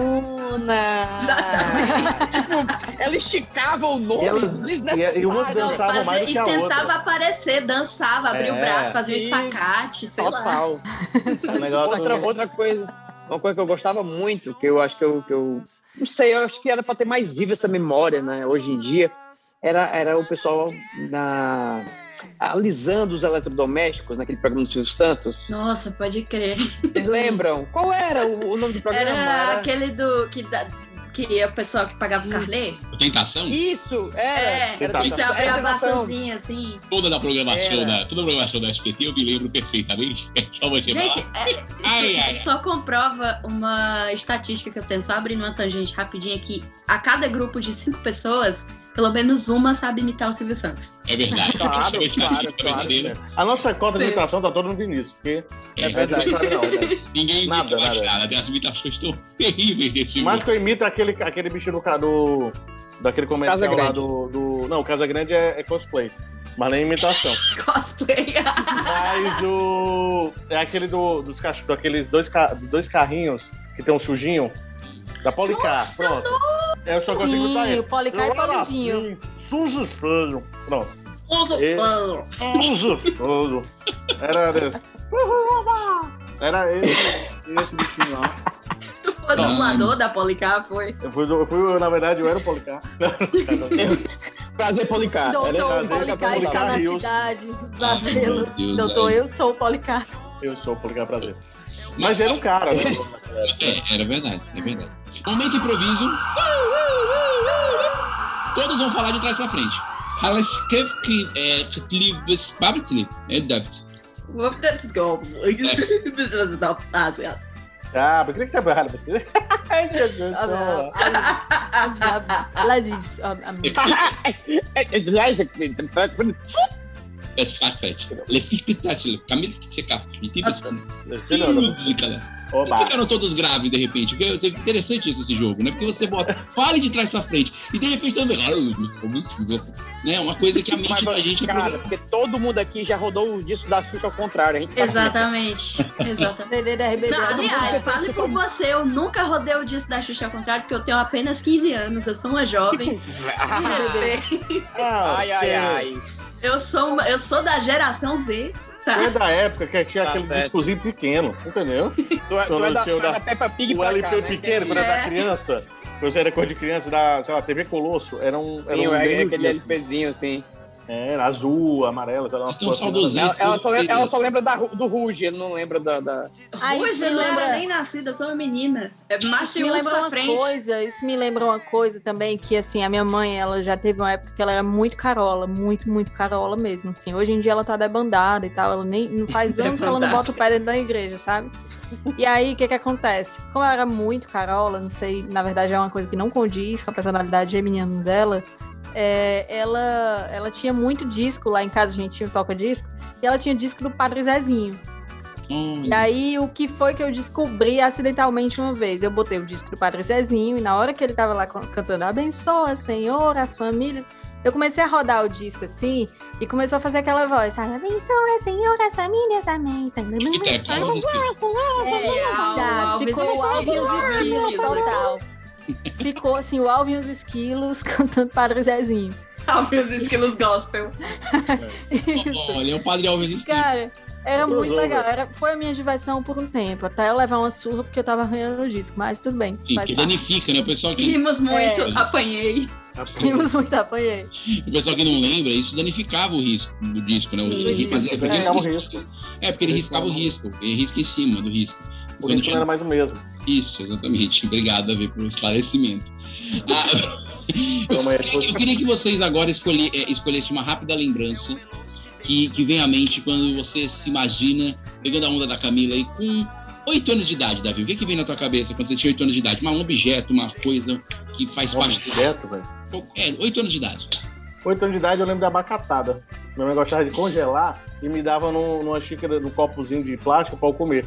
S6: Luna. tipo, ela esticava o nome.
S4: E elas-
S6: desnecessário.
S4: e- e umas
S3: Não,
S4: dançavam
S3: fazer-
S4: mais do
S3: e
S4: que a
S3: tentava
S4: outra.
S3: aparecer, dançava, abria
S6: É.
S3: o braço, fazia um
S6: Sim.
S3: espacate, sei lá.
S6: Total.
S4: um negócio-
S6: outra, outra coisa. Uma coisa que eu gostava muito, que eu acho que eu, que eu. Não sei, eu acho que era pra ter mais viva essa memória, né? Hoje em dia, era, era o pessoal na. Alisando os eletrodomésticos naquele programa do Silvio Santos.
S3: Nossa, pode crer.
S6: Vocês lembram? Qual era o, o nome do programa?
S3: Era, aquele do que, da, que a pessoa que pagava o carnê.
S2: Tentação?
S6: Isso,
S3: É,
S2: Tentação.
S3: que você abria a
S6: Era tentação.
S3: maçãzinha assim.
S2: Toda da programação
S4: É.
S3: Era.
S2: da, toda a programação da SPT eu me lembro perfeitamente. É Só você
S3: Gente,
S2: falar.
S3: é-
S2: Ai,
S3: isso,
S2: ai,
S3: isso só comprova uma estatística que eu tenho, só abrindo uma tangente rapidinha, que a cada grupo de cinco pessoas, pelo menos uma sabe imitar o Silvio Santos.
S2: É verdade. é
S4: Claro, claro, claro. A nossa cota de imitação tá toda no Vinícius, porque.
S2: É
S4: verdade. né?
S2: Ninguém
S4: nada,
S2: mais
S4: nada.
S2: nada. As imitações estão terríveis desse
S4: O mais
S2: mundo.
S4: que eu imito é aquele, aquele bicho do, ca- do. Daquele comercial
S2: Casa
S4: lá
S2: Grande.
S4: do, do. Não, o Casa Grande é, é cosplay. Mas nem imitação.
S3: Cosplay.
S4: Mas o. É aquele do, dos cachorros, daqueles dois, ca- dois carrinhos que tem um sujinho. Da Policar, pronto. É, Eu só consigo
S10: Sim,
S4: imitar ele.
S10: o é Policar e
S4: Eu era
S10: Polidinho.
S4: assim, Sujo e feio. Pronto.
S3: Sujo
S4: e
S3: e feio.
S4: Sujo e feio. Era desse. Era esse, esse bichinho lá.
S3: Tu foi dublador da Policar, foi?
S4: Eu fui, eu fui, na verdade, eu era o Policar.
S6: Prazer,
S4: Ah,
S6: Policar.
S10: Doutor, o Policar está na
S4: tá Eu,
S10: cidade. Vá
S4: meu
S10: vê-lo.
S4: Deus,
S10: Doutor,
S4: ai.
S10: eu sou o Policar.
S4: eu sou o Policar Prazer. Mas era um cara, né?
S2: É, era verdade, é verdade. Momento improviso. Todos vão falar de trás pra frente. Alles Kef- Kri- é, Klives Babitli, é David.
S3: Let's go.
S2: É.
S3: um
S4: Ah, por que que tá errado pra você? Ai, meu Deus
S10: Tá
S4: do céu.
S10: Ela diz. ah, ah,
S6: Ela
S2: Pet, fat, pet. Le fic pitátil, é camisa que seca, metidas. Por que
S4: Oba.
S2: ficaram todos graves de repente? Porque é interessante isso, esse jogo, né? Porque você bota, fale de trás pra frente, e de repente também. Né? Uma coisa que a mente da gente é
S6: Cara, porque todo mundo aqui já rodou o disco da Xuxa ao contrário. A gente sabe
S3: Exatamente,
S6: disso.
S3: exatamente.
S10: DDRBD.
S3: Não, aliás, fale por você, eu nunca rodei o disco da Xuxa ao contrário, porque eu tenho apenas 15 anos, eu sou uma jovem.
S4: Ah,
S6: ai, ai, ai.
S3: Eu sou, uma- eu sou da geração Z. Tá.
S4: É da época que tinha
S3: Tá
S4: aquele
S3: certo.
S4: discozinho pequeno, entendeu?
S6: Tu é, tu é
S4: Quando
S6: da,
S4: tinha o
S6: da Peppa Pig
S4: O
S6: pra
S4: LP
S6: cá, né?
S4: pequeno, quando eu
S6: É.
S4: era criança. Quando eu era cor de criança, da, sei lá, TV Colosso, era um. Era
S6: Sim,
S4: um
S6: é- é
S4: meio
S6: aquele
S4: dia,
S6: LPzinho, assim.
S4: É, era azul, amarelo, sei lá, umas
S2: Tem um
S4: cores assim,
S2: saudosismo.
S4: né?
S6: Ela, ela só lembra, ela só lembra da Ru- do Ruge, ele não lembra da. da...
S10: Ah, isso
S3: Hoje
S10: me
S3: eu não
S10: lembra-
S3: era nem nascida, eu sou uma menina. É
S10: Isso
S3: macho
S10: me
S3: uns
S10: lembra
S3: pra
S10: uma
S3: frente.
S10: coisa, isso me lembra uma coisa também, que assim, a minha mãe, ela já teve uma época que ela era muito carola, muito, muito carola mesmo, assim. Hoje em dia ela tá debandada e tal, ela nem, não faz anos que ela não bota o pé dentro da igreja, sabe? E aí, o que que acontece? Como ela era muito carola, não sei, na verdade é uma coisa que não condiz com a personalidade geminiana dela, é, ela, ela tinha muito disco lá em casa, a gente tinha um toca-disco, e ela tinha disco do Padre Zezinho. E aí, o que foi que eu descobri acidentalmente uma vez? Eu botei o disco do Padre Zezinho e na hora que ele tava lá can- cantando Abençoa, Senhor, as famílias, eu comecei a rodar o disco assim e começou a fazer aquela voz, sabe? Abençoa, Senhor, as famílias, amém. É,
S3: Alves
S10: verdade. Ficou o Alves e os
S3: Esquilos.
S10: Esquilos, total. Ficou assim, o Alves e os Esquilos cantando Padre Zezinho.
S3: Alves e os Esquilos gospel.
S2: assim. Olha, o Padre Alves enfim.
S10: Cara, era
S2: Crossover.
S10: muito legal. Era, foi a minha diversão por um tempo. Até eu levar uma surra porque eu tava arranhando o disco, mas tudo bem.
S2: Sim,
S10: faz
S2: que
S10: parte.
S2: danifica, né? O pessoal que.
S3: Rimos muito,
S2: É.
S3: apanhei.
S10: Rimos muito, apanhei.
S2: O pessoal que não lembra, isso danificava o risco do disco, né? O-
S10: Sim.
S2: ele fazia-
S10: Ele
S2: fazia
S10: danificava o
S4: risco. um
S2: É, porque ele riscava o risco, ele risca em cima do risco.
S4: O risco não era mais o mesmo.
S2: Isso, exatamente. Obrigado, Davi, pelo esclarecimento. Ah,
S4: Então,
S2: eu, queria, eu queria que vocês agora escolhe- eh, escolhessem uma rápida lembrança que, que vem à mente quando você se imagina pegando a onda da Camila e com oito anos de idade, Davi. O que, que vem na tua cabeça quando você tinha oito anos de idade? Uma- Um objeto, uma coisa que faz
S4: Um
S2: parte.
S4: objeto, velho?
S2: É, oito anos de idade.
S4: Oito anos de idade eu lembro da abacatada. Minha mãe gostava de congelar e me dava num- numa xícara, num copozinho de plástico pra eu comer.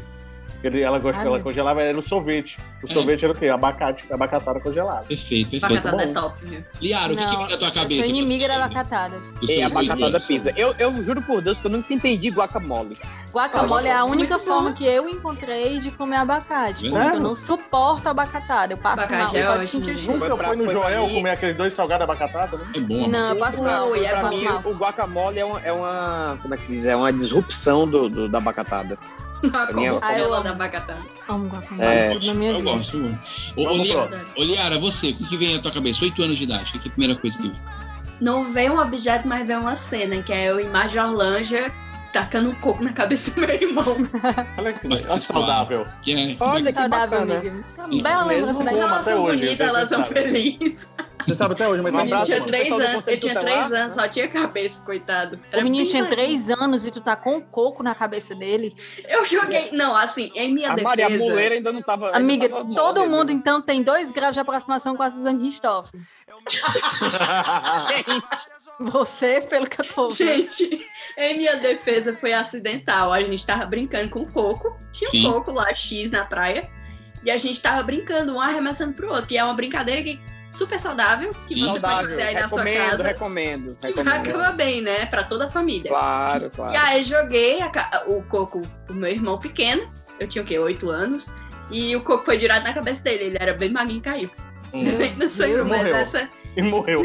S4: Ele- ela
S3: Ai,
S4: gostava,
S3: meu
S4: ela
S3: Deus.
S4: congelava, era no sorvete. O
S2: É.
S4: sorvete era o quê? Abacate, abacatada congelada.
S2: Perfeito,
S4: Tá,
S2: perfeito.
S3: Bacatada é top, viu?
S2: Liara,
S10: Não, Eu sou inimiga da vacatada.
S6: E a abacatada pizza. Eu, eu juro por Deus que eu nunca entendi guacamole.
S10: Guacamole é a
S6: Nossa,
S10: única
S6: muito
S10: forma que eu encontrei de comer abacate. porque
S4: Verdade?
S10: eu não suporto abacatada. Eu passo
S3: Abacate
S10: mal, só
S3: é
S10: de
S3: ótimo,
S10: sentir o cheiro.
S4: Nunca foi, no
S6: foi pra
S4: Joel
S6: mim-
S4: comer aqueles dois salgados abacatada, né?
S2: É bom.
S10: Não, eu passo mal,
S6: Pra-
S10: Ah, e aí eu
S6: pra
S10: passo
S6: mim,
S10: mal.
S6: O guacamole é uma, é uma- Como é que diz? É uma disrupção do, do- da abacatada. é
S3: Uma
S6: minha-
S3: Coca-Cola da Bacatada.
S10: Amo
S6: É.
S10: guacamole. tudo na minha
S2: Eu
S10: vida.
S2: gosto. eu gosto. Ô, ô, Liara, ô, Liara, você, o que que vem na tua cabeça? Oito anos de idade, o que que é a primeira coisa que vem?
S3: Não vem um objeto, mas vem uma cena, que é eu em Major Orlanja tacando um coco na cabeça do meu irmão.
S4: Olha que olha que saudável.
S2: Que é,
S6: Olha que
S10: Saudável,
S6: bacana.
S10: amiga. Bela lembrança da
S4: Como até
S10: infância.
S4: hoje,
S3: bonita,
S4: vocês
S3: elas são
S4: sabem.
S3: felizes.
S4: Você sabe até hoje, mas
S6: Um
S4: tá
S3: Eu
S6: abraço,
S3: tinha
S6: mano.
S3: três
S6: Pessoal do
S3: anos, eu
S6: Conceito
S3: tinha
S6: Tutelar, né?
S3: três anos, só tinha cabeça, coitado.
S10: O
S3: Era
S10: menino
S3: bem
S10: tinha
S3: novinho.
S10: três anos e tu tá com um coco na cabeça dele.
S3: Eu joguei. Não, assim, em minha
S6: É. A
S3: defesa.
S6: Maria Muleira ainda não tava. ainda
S10: Amiga,
S6: tava
S10: todo
S6: mole,
S10: mundo
S6: né?
S10: então tem dois graus de aproximação com a Suzane Ristoff. Você, pelo que eu
S6: é
S10: tô vendo.
S3: Gente, em minha defesa foi acidental. A gente tava brincando com o coco. Tinha um
S10: Sim.
S3: coco lá, X, na praia. E a gente tava brincando, um arremessando pro outro. E é uma brincadeira que super saudável, que
S6: Que
S3: você pode
S6: saudável.
S3: fazer aí na sua
S6: Recomendo,
S3: casa.
S6: recomendo,
S3: Que
S6: recomendo.
S3: acaba bem, né? Pra toda a família.
S6: Claro, claro.
S3: E aí joguei a ca- o coco pro meu irmão pequeno. Eu tinha o quê? Oito anos. E o coco foi girado na cabeça dele. Ele era bem magrinho e caiu. Não sei,
S4: Deus.
S3: mas
S4: Morreu.
S3: essa. é
S4: E morreu.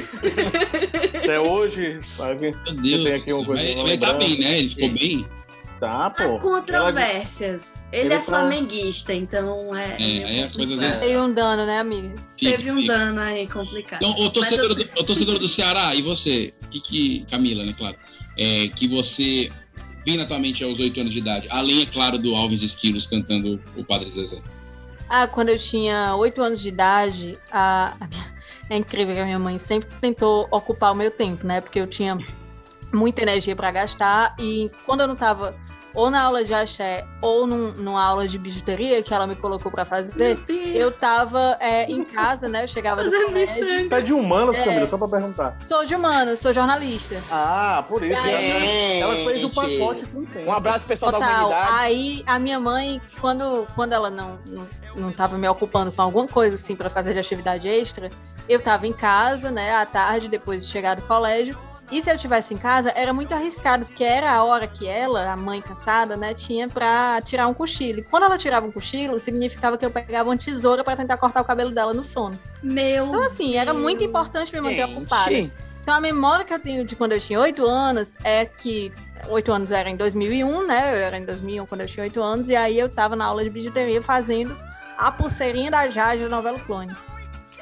S4: Até hoje, sabe?
S2: Deus
S4: eu tenho aqui uma
S2: do
S4: coisa.
S2: céu.
S4: uma
S2: Mas ele tá
S4: lembrança.
S2: bem, né? Ele ficou bem?
S4: Tá, pô.
S3: Controvérsias. Ele,
S4: Ele
S3: é
S4: tá-
S3: flamenguista, então é.
S2: É, aí a coisa às vezes
S10: Tem um dano, né, amiga?
S2: fica,
S3: Teve um
S2: fica.
S3: dano aí complicado.
S2: Então, o
S3: Mas
S2: torcedor, do, ô, torcedor do Ceará, e você, que, que- Camila, né, claro, é, que você vem na tua mente aos oito anos de idade, além, é claro, do Alves Esquilos cantando o Padre Zezé.
S10: Ah, quando eu tinha oito anos de idade, a, a minha- é incrível que a minha mãe sempre tentou ocupar o meu tempo, né? Porque eu tinha muita energia pra gastar e quando eu não tava ou na aula de axé, ou num- numa aula de bijuteria que ela me colocou pra fazer, eu tava é, em casa, né? Eu chegava do
S3: um
S10: colégio.
S4: Tá de humanas,
S10: É.
S4: Camila, só pra perguntar.
S10: Sou de humanas, sou jornalista.
S4: Ah, por isso.
S10: E aí-
S4: Ela, ela fez o pacote com tempo.
S6: É. Um abraço, pessoal da
S10: Total.
S6: humanidade.
S10: Aí a minha mãe, quando, quando ela não, não, não tava me ocupando com alguma coisa assim para fazer de atividade extra, eu tava em casa, né, à tarde, depois de chegar do colégio. E se eu estivesse em casa, era muito arriscado, porque era a hora que ela, a mãe cansada, né, tinha pra tirar um cochilo. E quando ela tirava um cochilo, significava que eu pegava uma tesoura pra tentar cortar o cabelo dela no sono.
S3: Meu
S10: Então, assim, era muito importante me manter
S3: gente.
S10: ocupada. Então, a memória que eu tenho de quando eu tinha 8 anos é que. 8 anos era em 2001, né? Eu era em 2001 quando eu tinha 8 anos. E aí eu tava na aula de bijuteria fazendo a pulseirinha da Jade da novela Clone.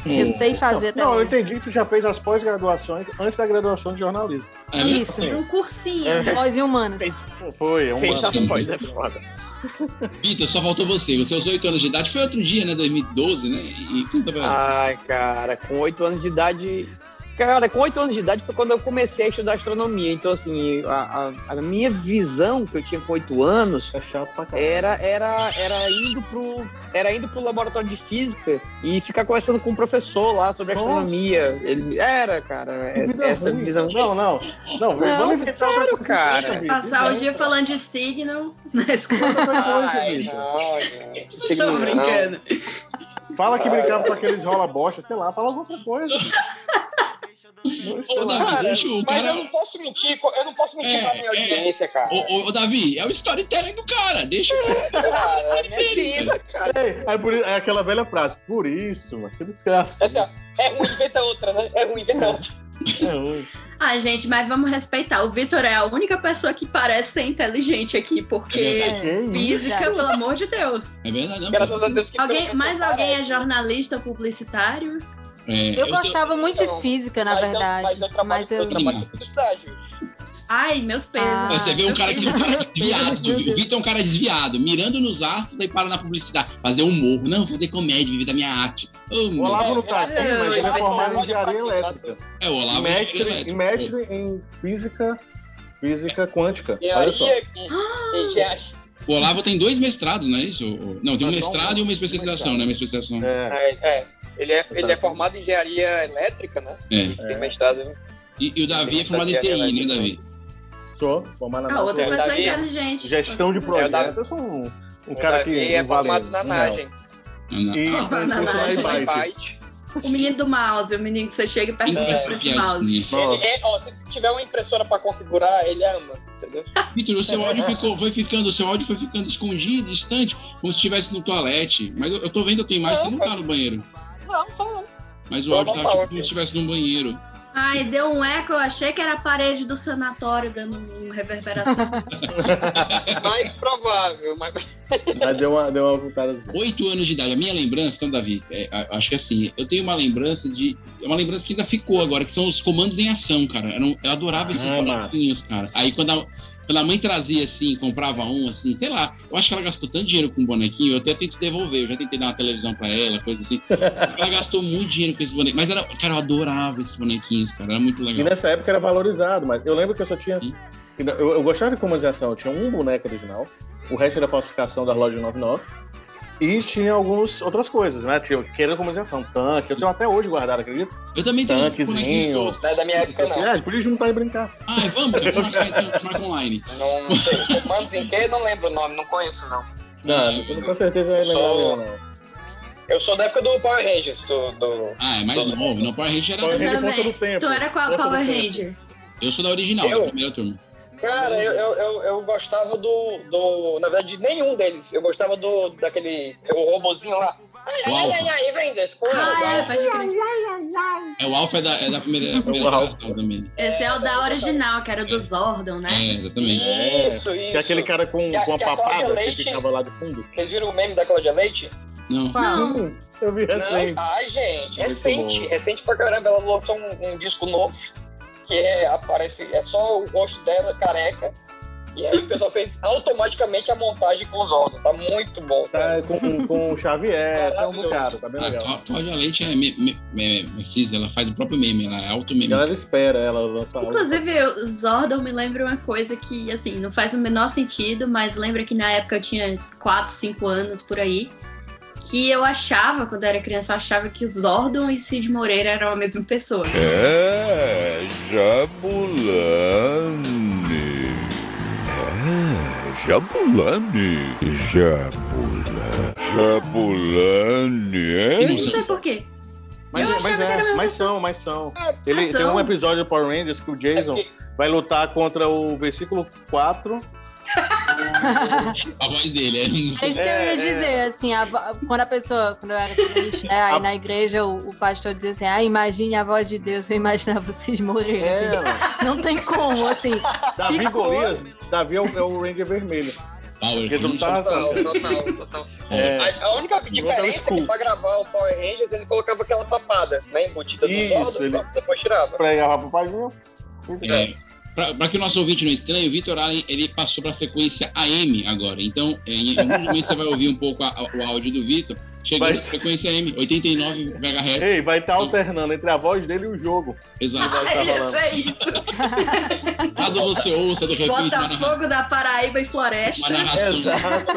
S3: Hum.
S10: Eu sei fazer até
S4: Não, eu
S10: hoje.
S4: entendi que tu já fez as pós-graduações antes da graduação de jornalismo.
S2: é
S10: Isso, um cursinho, pós e humanas.
S4: Foi, é um
S2: Fez
S4: ano.
S6: tá
S2: as pós, é Vitor, só faltou você. Os seus 8 anos de idade foi outro dia, né? 2012, né? E conta pra
S6: Ai, cara, com oito anos de idade. Cara, com oito anos de idade foi quando eu comecei a estudar astronomia. Então, assim, a, a- a minha visão que eu tinha com oito anos
S4: é
S6: era, era, era, indo pro, era indo pro laboratório de física e ficar conversando com o professor lá sobre
S4: Nossa.
S6: astronomia. Ele, era, cara,
S4: Que
S6: é-
S4: vida
S6: essa
S4: ruim.
S6: visão.
S4: Não, não. Não, vamos
S6: não
S4: inventar outra
S6: sério,
S4: coisa,
S6: cara.
S3: Passar o dia falando de signo na escola.
S6: Ai, não, Signo
S3: Tô
S6: não.
S3: brincando.
S4: Fala que brincava com aqueles rola bosta, sei lá, fala alguma outra coisa.
S2: Ô, Davi, deixa o
S6: mas
S2: cara-
S6: eu não posso mentir, co- eu não posso mentir pra minha audiência, cara.
S2: Ô, ô, ô, Davi, é o storytelling do cara. Deixa o
S6: Cara, é minha vida, cara.
S4: É, é, por, é aquela velha frase, por isso, mano, que desgraça.
S6: Assim, ó, é ruim, inventa outra, né? É ruim, inventa outra.
S4: É ruim.
S3: Ah, gente, mas vamos respeitar. O Vitor é a única pessoa que parece ser inteligente aqui, porque
S2: É verdade.
S3: física,
S2: É.
S3: pelo amor de Deus.
S2: É verdade, não.
S6: Graças a Deus que
S3: Alguém, mais alguém é jornalista ou publicitário?
S2: É,
S10: Eu gostava muito de
S3: Então,
S10: física,
S6: é
S10: na
S3: mas
S6: um-
S3: eu-
S10: verdade.
S3: mas eu
S10: Mas eu.
S3: Ai, meus pesos.
S2: É, Você vê um cara que um cara desviado. O Vitor é um cara desviado, mirando nos astros e para na publicidade. Fazer humor. Não, vou fazer comédia, viver da minha arte. Ô,
S4: O
S2: meu-
S4: Olavo não tá aqui, mas ele é formado em engenharia elétrica.
S2: É, o Olavo é
S4: mestre,
S2: engenharia elétrica.
S4: e mestre em física, física quântica. Olha só.
S3: Ah!
S6: Engenharia.
S2: O Olavo tem dois mestrados, não é isso? Ô, ô, Não, tem um
S6: Não,
S2: mestrado
S6: não.
S2: e uma especialização, né? Uma especialização.
S6: É, é. Ele é, ele é formado em engenharia elétrica, né?
S2: É.
S6: Tem mestrado. né?
S2: E, e o Davi é formado em
S6: Engenharia
S2: TI, né,
S6: elétrica.
S2: Davi?
S4: Sou, formado na
S3: Ah, outra
S4: NASA.
S2: É
S3: pessoa inteligente. É
S4: Gestão de projetos. Eu sou um, um
S6: O
S4: cara
S6: Davi
S4: que.
S6: é
S4: não vale-
S6: formado na
S4: não.
S6: Nagem.
S4: E
S3: Ah,
S4: um
S3: na
S4: curso
S3: Nagem.
S4: na Ibai.
S3: O menino do mouse, o menino que você chega e pergunta
S2: Quem
S3: pra esse
S2: faz piada
S3: mouse.
S2: nisso?
S6: Ele é, ó, se tiver uma impressora pra configurar, ele ama, entendeu?
S2: Vitor, o seu áudio ficou, foi ficando, o seu áudio foi ficando escondido, distante, como se estivesse no toalete. Mas eu, eu tô vendo a tua imagem, você não tá no banheiro.
S6: Não, não.
S2: Mas o
S6: Eu
S2: áudio
S6: não
S2: tá
S6: falo
S2: tipo,
S6: aqui.
S2: como se estivesse num banheiro.
S3: Ai, deu um eco, eu achei que era a parede do sanatório dando uma reverberação.
S6: É Mais provável, mas.
S4: Mas deu uma, deu uma voltada.
S2: Oito anos de idade. A minha lembrança, então, Davi, é, a- acho que assim, eu tenho uma lembrança de. é Uma lembrança que ainda ficou agora, que são os comandos em ação, cara. Eram- Eu, adorava esses
S4: Ah,
S2: bonequinhos, cara. Aí quando a, quando a mãe trazia assim, comprava um, assim, sei lá, eu acho que ela gastou tanto dinheiro com um bonequinho, eu até tento devolver, eu já tentei dar uma televisão pra ela, coisa assim. ela gastou muito dinheiro com esses bonequinhos. Mas era, cara, eu adorava esses bonequinhos, cara. Era muito
S4: E
S2: legal.
S4: nessa época era valorizado, mas eu lembro que eu só tinha. Eu, eu gostava de comunicação, eu tinha um boneco original, o resto era falsificação da loja 99. E tinha algumas outras coisas, né? Tinha que era comunicação, tanque, eu tenho até hoje guardado, acredito.
S2: Eu também tenho bonequinhos
S4: Tanquezinho.
S2: todos.
S6: Não é da minha época, não.
S4: Ah, podia juntar e brincar.
S2: Ai, é, vamos, cara, vamos marcar, então, marca online.
S6: Não, não sei. Comandos em quê? Não lembro o nome, não conheço, não.
S4: Não, com certeza é legal,
S6: Só-
S4: não.
S6: Eu sou da época do Power Rangers, do. do-
S2: Ah, é mais
S6: do-
S2: novo. Não, Power Ranger era
S3: Eu
S2: da minha-
S3: também. Tu era qual
S2: Força do
S3: Power
S2: Tempo.
S3: Ranger?
S2: Eu sou da original,
S6: Eu?
S2: da primeira turma.
S4: Hum.
S6: Cara, eu, eu, eu, eu gostava do, do. Na verdade, de nenhum deles. Eu gostava do daquele. é O robozinho lá. Ai,
S2: O
S6: ai, ai,
S2: Alpha.
S6: ai, vem desse porra.
S3: Ah, é, pode crer.
S2: É, o Alpha é da, é da primeira, da primeira geração também.
S3: Esse é o da original, que era do Zordon, né?
S2: É, exatamente.
S4: É,
S6: Isso,
S4: que
S6: isso.
S4: é aquele cara com,
S6: Que a-
S4: com a
S6: que a Cláudia
S4: papada
S6: Leite-
S4: que ficava lá do fundo.
S6: Vocês viram o meme da Cláudia Leite?
S2: Não.
S3: Não.
S4: Eu vi assim.
S6: Não? Ai, gente, é
S4: Muito
S6: recente.
S4: bom.
S6: Recente pra caramba. Ela lançou um, um disco novo. Que é, aparece, é só o rosto dela careca. E aí o pessoal fez automaticamente a montagem com os órgãos. Tá muito bom.
S4: Tá com, com o Xavier, tá um bocado, tá bem
S2: A
S4: legal.
S2: Clá- Cláudia Leite é me, me, me- me- diz, ela faz o próprio meme, ela é auto-meme.
S4: Ela espera ela lançar
S3: Inclusive, eu- Zordon me lembra uma coisa que, assim, não faz o menor sentido, mas lembra que na época eu tinha 4, 5 anos por aí, que eu achava, quando eu era criança, eu achava que o Zordon e Cid Moreira eram a mesma pessoa.
S15: É, Jabulani. É, Jabulani. Jabulani. Jabulani,
S3: Eu
S2: é
S3: não
S15: hein?
S3: sei por quê.
S4: Mas,
S3: Eu
S4: mas
S3: achava que
S4: é,
S3: era a mesma
S4: mas são, mas são. Ele
S3: mas
S4: tem
S3: são. É
S4: um episódio do Power Rangers que o Jason vai lutar contra o versículo 4.
S2: A voz dele, é.
S10: É isso que eu ia dizer, assim, a vo- quando a pessoa, quando eu era crente, né, aí na igreja o, o pastor dizia assim, ah, imagine a voz de Deus, eu imaginava vocês morrerem.
S4: É,
S10: gente. Não tem como, assim,
S4: Davi
S10: ficou-
S4: Golias, Davi é o, é o Ranger vermelho. Resultado.
S6: Então. Total, total.
S4: É.
S6: A, a única diferença é que pra gravar o Power Rangers ele colocava aquela tapada, né? Embutida no
S2: Isso,
S6: bordo,
S2: ele-
S6: depois tirava.
S4: Pregava pro painel.
S2: É, pra, pra que o nosso ouvinte não estranhe, o Vitor Allen ele passou pra frequência AM agora. Então, em em algum momento você vai ouvir um pouco a- o áudio do Vitor. Chegou
S4: Vai-
S2: na frequência AM, 89 MHz.
S4: Ei, vai estar alternando entre a voz dele e o jogo.
S2: Exato.
S4: Ele vai estar falando.
S3: é isso.
S2: Caso você ouça do repente. na narra-
S3: Botafogo da Paraíba e Floresta.
S2: Uma narração.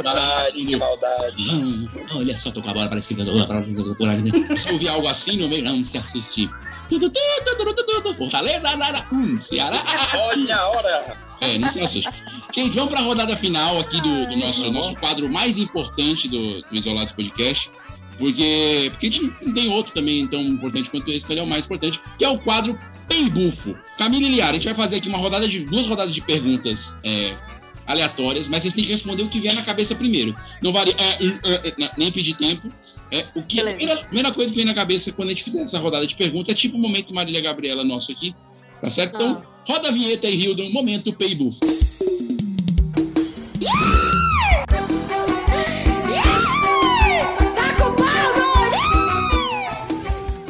S2: Maldade, maldade. Olha só, tocou a bola, parece que Se ouvir algo assim no meio, não se assuste. Fortaleza, nada. Hum, Ceará.
S6: Olha a hora!
S2: É, não se assuste. Gente, vamos para a rodada final aqui do,
S6: Ah,
S2: do nosso, nosso quadro mais importante do, do Isolados Podcast. Porque, porque a gente não tem outro também tão importante quanto esse, que ele é o mais importante, que é o quadro Peibufo. Camila e Liara, a gente vai fazer aqui uma rodada de duas rodadas de perguntas é, aleatórias, mas vocês têm que responder o que vier na cabeça primeiro. Não vale é, hum, é, é, não, nem pedir tempo. É, o que, a primeira, a primeira coisa que vem na cabeça quando a gente fizer essa rodada de perguntas é tipo o momento Marília Gabriela nosso aqui, tá certo? Então, roda a vinheta aí, Hildon, momento Peibufo.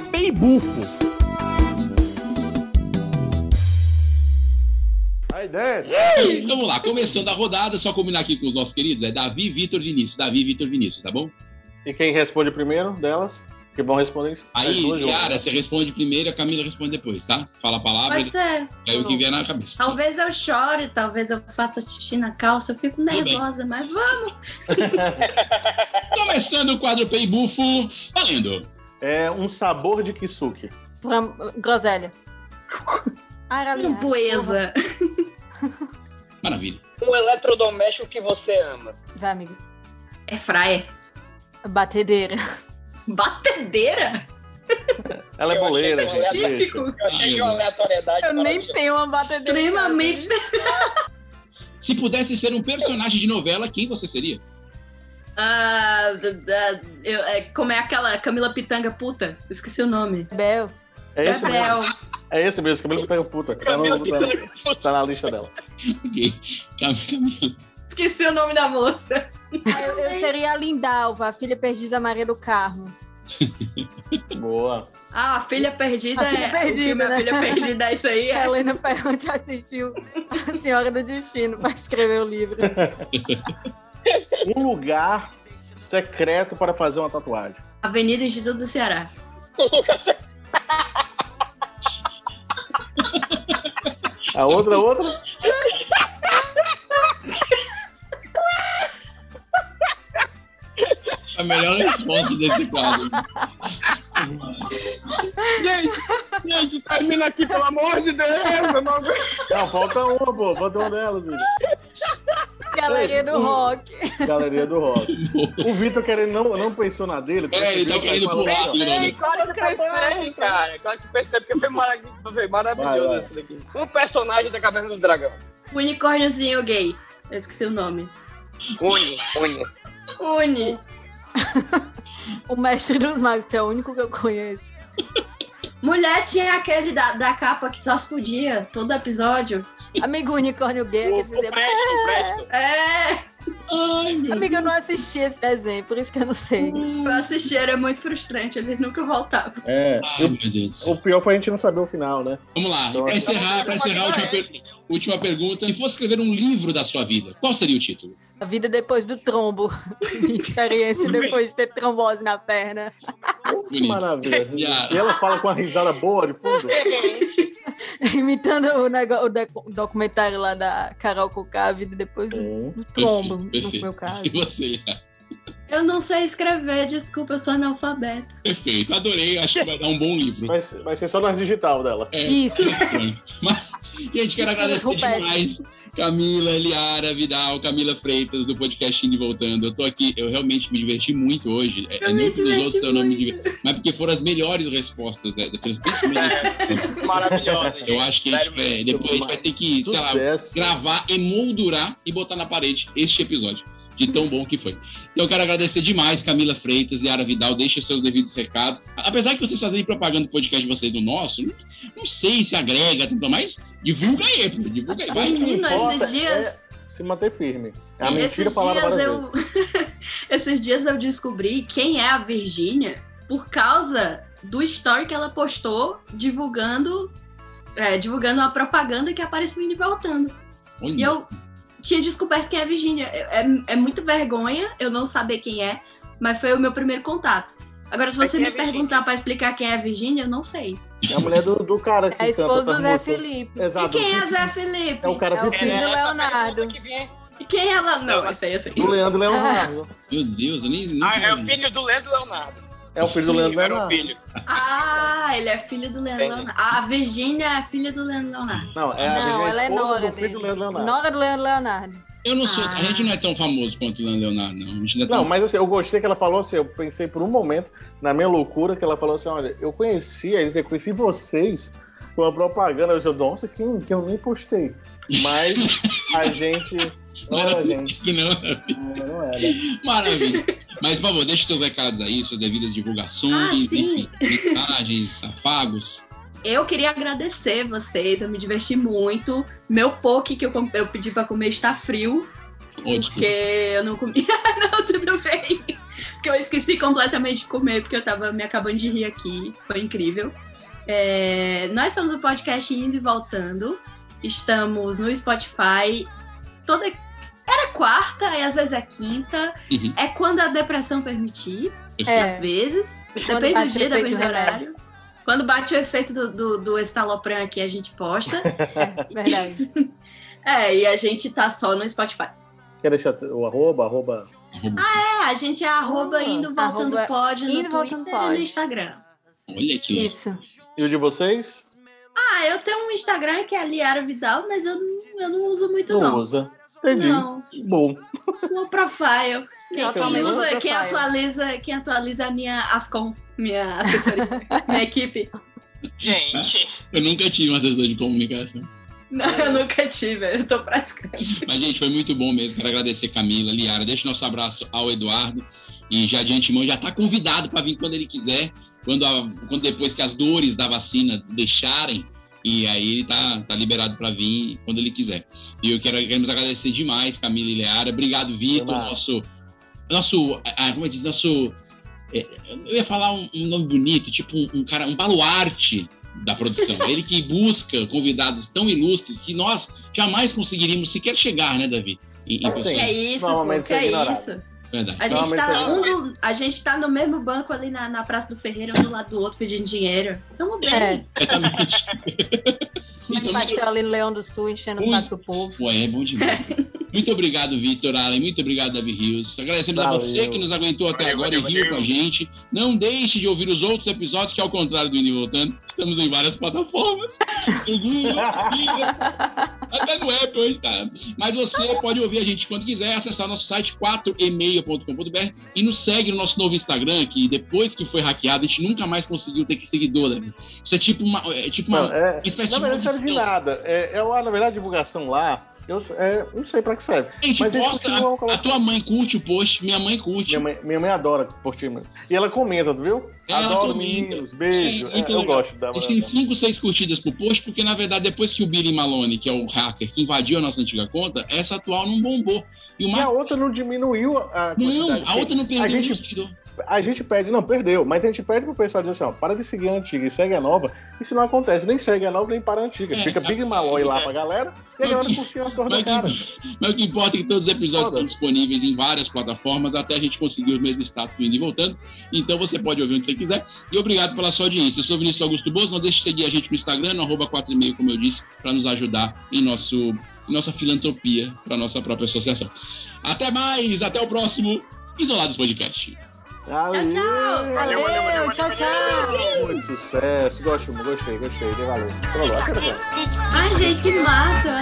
S2: um
S13: Peibufo.
S2: A ideia. Então, Vamos lá, começando a rodada, só combinar aqui com os nossos queridos, é Davi, Vitor, Vinícius. Davi, Vitor, Vinícius, tá bom?
S4: E quem responde primeiro delas? Que vão responder isso.
S2: Aí,
S4: Responde junto.
S2: cara, você responde primeiro, a Camila responde depois, tá? Fala a palavra.
S3: Pode ser.
S2: e Aí o que vier na cabeça.
S3: Talvez eu chore, talvez eu faça xixi na calça, eu fico
S2: bem.
S3: nervosa, mas vamos.
S2: Começando o quadro Peibufo, valendo.
S4: É um sabor de kisuke.
S10: Pram- groselha.
S3: Framboesa.
S2: Maravilha.
S6: Um eletrodoméstico que você ama.
S10: Vai, amigo.
S3: É fraia.
S10: Batedeira.
S3: Batedeira?
S4: Ela é boleira,
S6: achei que
S4: gente.
S6: eu ia-
S4: deixa.
S6: Eu achei que uma aleatoriedade.
S10: Eu nem tenho uma batedeira.
S3: Extremamente
S2: Se pudesse ser um personagem de novela, quem você seria?
S3: Ah, d- d- eu- é, como é aquela Camila Pitanga puta? Esqueci o nome.
S10: Bel.
S4: É esse
S3: Bebel.
S4: mesmo. É esse mesmo, Camila Pitanga Puta. Tá, no-
S3: Camila
S4: tá, tá na lista dela.
S2: Ok. Camila.
S3: Esqueci o nome da moça.
S10: Eu, eu seria a Lindalva, a filha perdida da Maria do Carmo.
S4: Boa.
S3: Ah, a filha perdida
S10: A filha
S3: é.
S10: perdida,
S3: o filme A
S10: né?
S3: filha perdida, é isso aí.
S10: A
S3: É.
S10: Helena Ferrante assistiu A Senhora do Destino para escrever o livro.
S4: Um lugar secreto para fazer uma tatuagem.
S3: Avenida Instituto do Ceará.
S4: A outra, a outra.
S2: A melhor resposta desse quadro.
S6: Gente, gente, termina aqui, pelo amor de Deus! Eu não aguento.
S4: Não, falta uma, pô. Falta uma delas, gente.
S10: Galeria do Rock.
S4: Galeria do Rock. O Vitor querendo não, não pensou na dele. assim,
S2: É, ele tá querendo pular,
S6: Ei, claro que percebe, cara. Claro que percebe, porque foi maravilhoso, foi maravilhoso
S4: Vai, vai.
S6: esse daqui. Um personagem da Caverna do Dragão.
S3: O unicórniozinho gay. Eu esqueci o nome.
S6: Cune, cune.
S3: Uni.
S10: O Mestre dos Magos, que é o único que eu conheço.
S3: Mulher tinha aquele da, da capa que só se podia todo episódio.
S10: Amigo unicórnio gay que fazia.
S3: É!
S2: Ai, meu
S10: Amiga, eu não assisti esse desenho, por isso que eu não sei.
S3: Eu assisti, era muito frustrante, eles nunca voltavam.
S4: É.
S2: Ai, meu Deus.
S4: O pior foi a gente não saber o final, né?
S2: Vamos lá,
S4: Então,
S2: pra encerrar, pra encerrar a última pergunta. Última pergunta. Se fosse escrever um livro da sua vida, qual seria o título?
S10: A vida depois do trombo. Minha experiência depois de ter trombose na perna.
S4: Que maravilha. E ela fala com uma risada boa de fundo.
S10: Imitando o, nego- o de- o documentário lá da Carol Conká, a vida depois do, do trombo, no meu caso.
S2: É, E você, Yara?
S3: Eu não sei escrever, desculpa, eu sou analfabeta.
S2: Perfeito, adorei. Acho que vai dar um bom livro.
S4: Vai, ser- vai ser só nas digital dela.
S10: Isso.
S2: Gente, quero agradecer
S10: Rupestres.
S2: demais. Camila, Eliara, Vidal, Camila Freitas, do podcast Indo e Voltando. Eu tô aqui, eu realmente me diverti muito hoje. É,
S3: Eu
S2: é
S3: me
S2: muito dos
S3: diverti
S2: outros eu não me diverti. Mas porque foram as melhores respostas, né?
S16: Maravilhosa.
S2: Eu acho que a gente, é, depois a gente vai ter que, sei lá, gravar, emoldurar e botar na parede este episódio. De tão bom que foi. Então eu quero agradecer demais, Camila Freitas, Liara Vidal, deixa seus devidos recados. Apesar que vocês fazerem propaganda do podcast de vocês no nosso, não, não sei se agrega, tanto mais. Divulga aí, pô, divulga aí. Vai.
S3: Menino, esses dias.
S4: Se manter firme. É a mentira
S3: Esses
S4: falada
S3: dias,
S4: várias
S3: eu...
S4: vezes.
S3: Esses dias eu descobri quem é a Virgínia por causa do story que ela postou divulgando é, divulgando a propaganda que aparece me voltando.
S2: Olha.
S3: E eu tinha descoberto quem é a Virgínia. É, é- é muita vergonha eu não saber quem é, mas foi o meu primeiro contato. Agora, se
S4: É
S3: você
S4: quem
S3: me
S4: é a Virgínia?
S3: perguntar pra explicar quem é a Virgínia, eu não sei.
S4: É a mulher do, do cara que
S3: É a esposa
S4: canta essas
S3: do Zé
S4: músicas.
S3: Felipe.
S4: Exato.
S3: E quem é Zé Felipe?
S4: É o cara É o que- filho do
S3: Leonardo. E quem é ela? Não, essa aí eu sei.
S4: Do Leandro Leonardo.
S2: Meu Deus, eu nem. nem-
S16: Ah, é o filho do Leandro Leonardo.
S4: É o filho do Leandro
S16: Isso,
S6: um
S16: era o
S4: Leonardo.
S16: filho.
S3: Ah, ele é filho do Leandro Leonardo. A Virgínia é filha do Leandro Leonardo.
S4: Não,
S2: é a
S10: não,
S2: Virgínia
S10: ela é
S2: esposa
S10: Nora
S2: do filho
S10: dele.
S2: do Leandro Leonardo.
S10: Nora do Leandro Leonardo.
S2: Eu não sou. A
S3: Ah.
S2: gente não é tão famoso quanto o Leandro Leonardo, não. A gente não é tão
S4: Não, mas assim, eu gostei que ela falou assim, eu pensei por um momento, na minha loucura, que ela falou assim, olha, eu conheci, aí eu conheci vocês com a propaganda, eu disse, nossa, quem, que eu nem postei. Mas a gente... Olha, gente.
S2: Não,
S4: não era.
S2: Maravilha. Mas, por favor, deixe seus recados aí, suas devidas
S3: Ah,
S2: divulgações,
S3: sim.
S2: enfim, mensagens, afagos.
S3: Eu queria agradecer vocês, eu me diverti muito. Meu poke que eu, com- eu pedi pra comer está frio,
S2: Oh,
S3: porque eu não comi. não, tudo bem. Porque eu esqueci completamente de comer, porque eu tava me acabando de rir aqui. Foi incrível. É, nós somos o podcast Indo e Voltando. Estamos no Spotify. Toda. Era quarta, e às vezes é quinta.
S2: Uhum.
S3: É quando a depressão permitir.
S2: É.
S3: Às vezes.
S10: Quando
S3: depende
S10: bate
S3: do
S10: o
S3: dia,
S10: efeito
S3: depende
S10: do
S3: do
S10: remédio.
S3: horário. Quando bate o efeito do, do, do estalopram aqui, a gente posta.
S10: Verdade.
S3: É, e a gente tá só no Spotify.
S4: Quer deixar o arroba, arroba...
S3: É, a gente é arroba indo voltando
S10: Ah, arroba
S3: pod no
S10: indo,
S3: Twitter
S10: voltando,
S3: e
S10: pod.
S3: no Instagram. é,
S2: Olha que
S10: Isso.
S4: E o de vocês?
S3: Ah, eu tenho um Instagram que é a Liara Vidal, mas eu não, eu não uso muito,
S4: não
S3: não.
S4: usa. Entendi.
S3: Então Não.
S4: Bom.
S3: No profile. Quem,
S4: Eu
S3: quem
S4: também uso
S3: usa,
S10: no
S2: é
S3: quem
S10: profile.
S3: atualiza, quem atualiza é a minha Ascom, minha assessoria, minha equipe.
S16: Gente.
S2: Eu nunca tive um assessor de comunicação.
S3: Não, eu nunca tive, eu tô praticando.
S2: Mas, gente, foi muito bom mesmo. Quero agradecer Camila, Liara. Deixa nosso abraço ao Eduardo. E já de antemão, já está convidado para vir quando ele quiser. Quando, a- quando depois que as dores da vacina deixarem, e aí ele tá, tá liberado para vir quando ele quiser. E eu quero queremos agradecer demais, Camila e Liara. Obrigado, Vitor,
S4: Claro.
S2: nosso. Nosso. ah, como é que diz? Nosso. é, Eu ia falar um, um nome bonito, tipo um, um cara, um baluarte da produção. É Ele que busca convidados tão ilustres que nós jamais conseguiríamos sequer chegar, né, Davi? Em, em
S3: Que
S2: pessoa.
S3: é isso, pô,
S4: Normalmente
S3: que
S4: sou
S3: é
S4: ignorado.
S3: isso.
S2: Verdade.
S3: A gente, tá
S4: Normalmente
S3: um do- a gente tá no mesmo banco ali na, na Praça do Ferreira, um do lado do outro, pedindo dinheiro. Tamo bem.
S10: É. Comendo
S2: Então,
S10: pastel ali no Leão do Sul, enchendo o saco do povo.
S2: Pô, é bom demais. Muito obrigado, Vitor Allen. Muito obrigado, Davi Rios. Agradecemos
S4: Valeu.
S2: a você que nos aguentou até
S16: Valeu,
S2: agora
S16: valeu,
S2: e riu com
S16: valeu.
S2: a gente. Não deixe de ouvir os outros episódios, que ao contrário do Indo e Voltando, estamos em várias plataformas. No Google, no Deezer, até no Apple, hoje tá. Mas você pode ouvir a gente quando quiser, acessar nosso site 4email.com.br e nos segue no nosso novo Instagram, que depois que foi hackeado, a gente nunca mais conseguiu ter que seguidor, Davi. Isso é tipo uma, é tipo uma,
S4: Não, é,
S2: uma espécie
S4: na verdade, não
S2: de...
S4: serve de nada. É, é lá, na verdade, a divulgação lá, eu é, não sei pra que serve.
S2: A gente
S4: Mas a gente
S2: posta,
S4: continua
S2: a- a,
S4: colocando.
S2: tua mãe curte o post, minha mãe curte.
S4: Minha mãe, minha mãe adora curtir. meu. E ela comenta, tu viu?
S2: É, Ela
S4: Adoro,
S2: comenta.
S4: meninos. Beijo.
S2: É, muito
S4: É, eu
S2: legal.
S4: gosto da
S2: A gente tem 5, 6 curtidas pro post, porque na verdade, depois que o Billy Malone, que é o hacker que invadiu a nossa antiga conta, essa atual não bombou. E, o
S4: E
S2: Marco-
S4: a é outra não diminuiu a a
S2: Não,
S4: quantidade.
S2: a outra não
S4: A
S2: perdeu nenhum
S4: gente,
S2: seguidor.
S4: a gente pede, não, perdeu, mas a gente pede pro pessoal dizer assim, ó, para de seguir a antiga e segue a nova, e se não acontece, nem segue a nova, nem para a antiga.
S2: É,
S4: Fica
S2: tá-
S4: Big Malloy lá pra galera, e a galera curtindo as
S2: Mas
S4: cordas
S2: o,
S4: da cara.
S2: que, mas o que importa é que todos os episódios estão disponíveis em várias plataformas, até a gente conseguir o mesmo status indo e voltando. Então você pode ouvir onde você quiser. E obrigado pela sua audiência. Eu sou Vinícius Augusto Bozo. Não deixe de seguir a gente no Instagram, no arroba 4 e meio, como eu disse, para nos ajudar em, nosso, em nossa filantropia, para nossa própria associação. Até mais, até o próximo Isolados Podcast.
S4: Tchau,
S10: tchau. Valeu, tchau, tchau.
S4: Muito sucesso, gosto, gostei, gostei, dei valor. Vamos lá, quero ver.
S3: Ai, gente, que massa!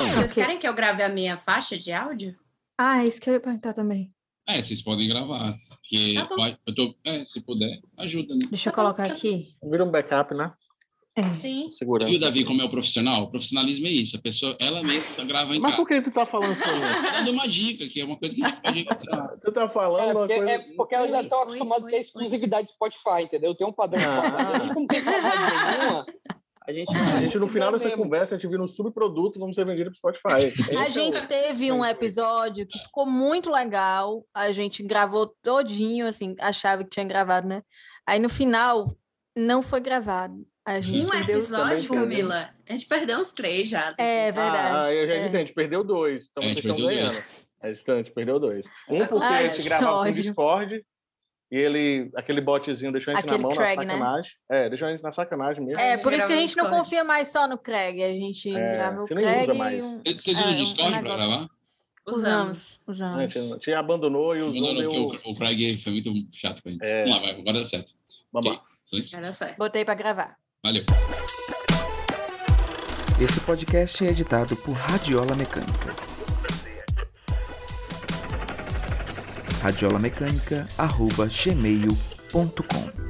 S3: Vocês querem que eu grave a minha faixa de áudio?
S10: Ah, isso que eu ia perguntar também.
S2: É, vocês podem gravar. Porque
S3: Tá bom.
S2: vai- eu tô, é, se puder, ajuda, né?
S10: Deixa eu colocar aqui.
S4: Vira um backup, né?
S3: Sim.
S6: Tá
S4: Segurança.
S2: Viu, Davi, como é o profissional? O profissionalismo é isso. A pessoa, ela mesma grava em
S4: Mas
S2: casa.
S4: por que tu tá falando sobre isso?
S2: Dando uma dica, que é uma coisa que a gente pode entrar.
S4: Tu tá falando
S6: É
S4: uma
S6: porque,
S4: coisa...
S6: é porque elas já estão acostumadas a ter exclusividade Spotify, entendeu? Tem um padrão de Spotify. A gente não tem mais nenhuma. A gente,
S4: Ah. A gente, no final dessa
S6: mesmo.
S4: conversa, a gente vira um subproduto, vamos ser vendido pro Spotify. Então,
S10: A
S4: Esse é
S10: gente teve um episódio que ficou muito legal. A gente gravou todinho, assim, achava que tinha gravado, né? Aí no final, não foi gravado. A gente
S3: Um
S10: perdeu os-
S3: episódio, Camila. A gente perdeu uns três já.
S10: É verdade.
S4: Ah, eu já
S10: é.
S4: disse, a gente perdeu dois, então
S2: A gente
S4: vocês estão
S2: perdeu
S4: ganhando. A gente, então, a gente perdeu dois. Um porque
S10: Ai,
S4: a gente gravava com o
S10: ódio.
S4: Discord e ele, aquele botzinho deixou a gente
S10: Aquele
S4: na mão,
S10: Craig,
S4: na
S10: né?
S4: sacanagem. É, deixou a gente na sacanagem mesmo.
S10: É, por isso que a
S3: no
S10: gente não
S3: Discord.
S10: confia mais só no Craig. A gente
S4: É,
S10: grava o
S4: que nem usa
S10: Craig e
S4: mais.
S10: um...
S2: Vocês usam
S10: é,
S2: o Discord pra
S10: negócio.
S2: gravar?
S10: Usamos,
S4: A
S10: usamos.
S4: gente, a gente abandonou e
S2: Não,
S4: usou
S2: não, não,
S4: meu...
S2: porque o, o Craig foi muito chato com a gente.
S4: É.
S2: Vamos lá, vai, agora dá certo.
S4: Vamos
S2: Ok, excelente.
S10: Botei pra gravar.
S2: Valeu.
S17: Esse podcast é editado por Radiola Mecânica. Radiolamecânica.gmail.com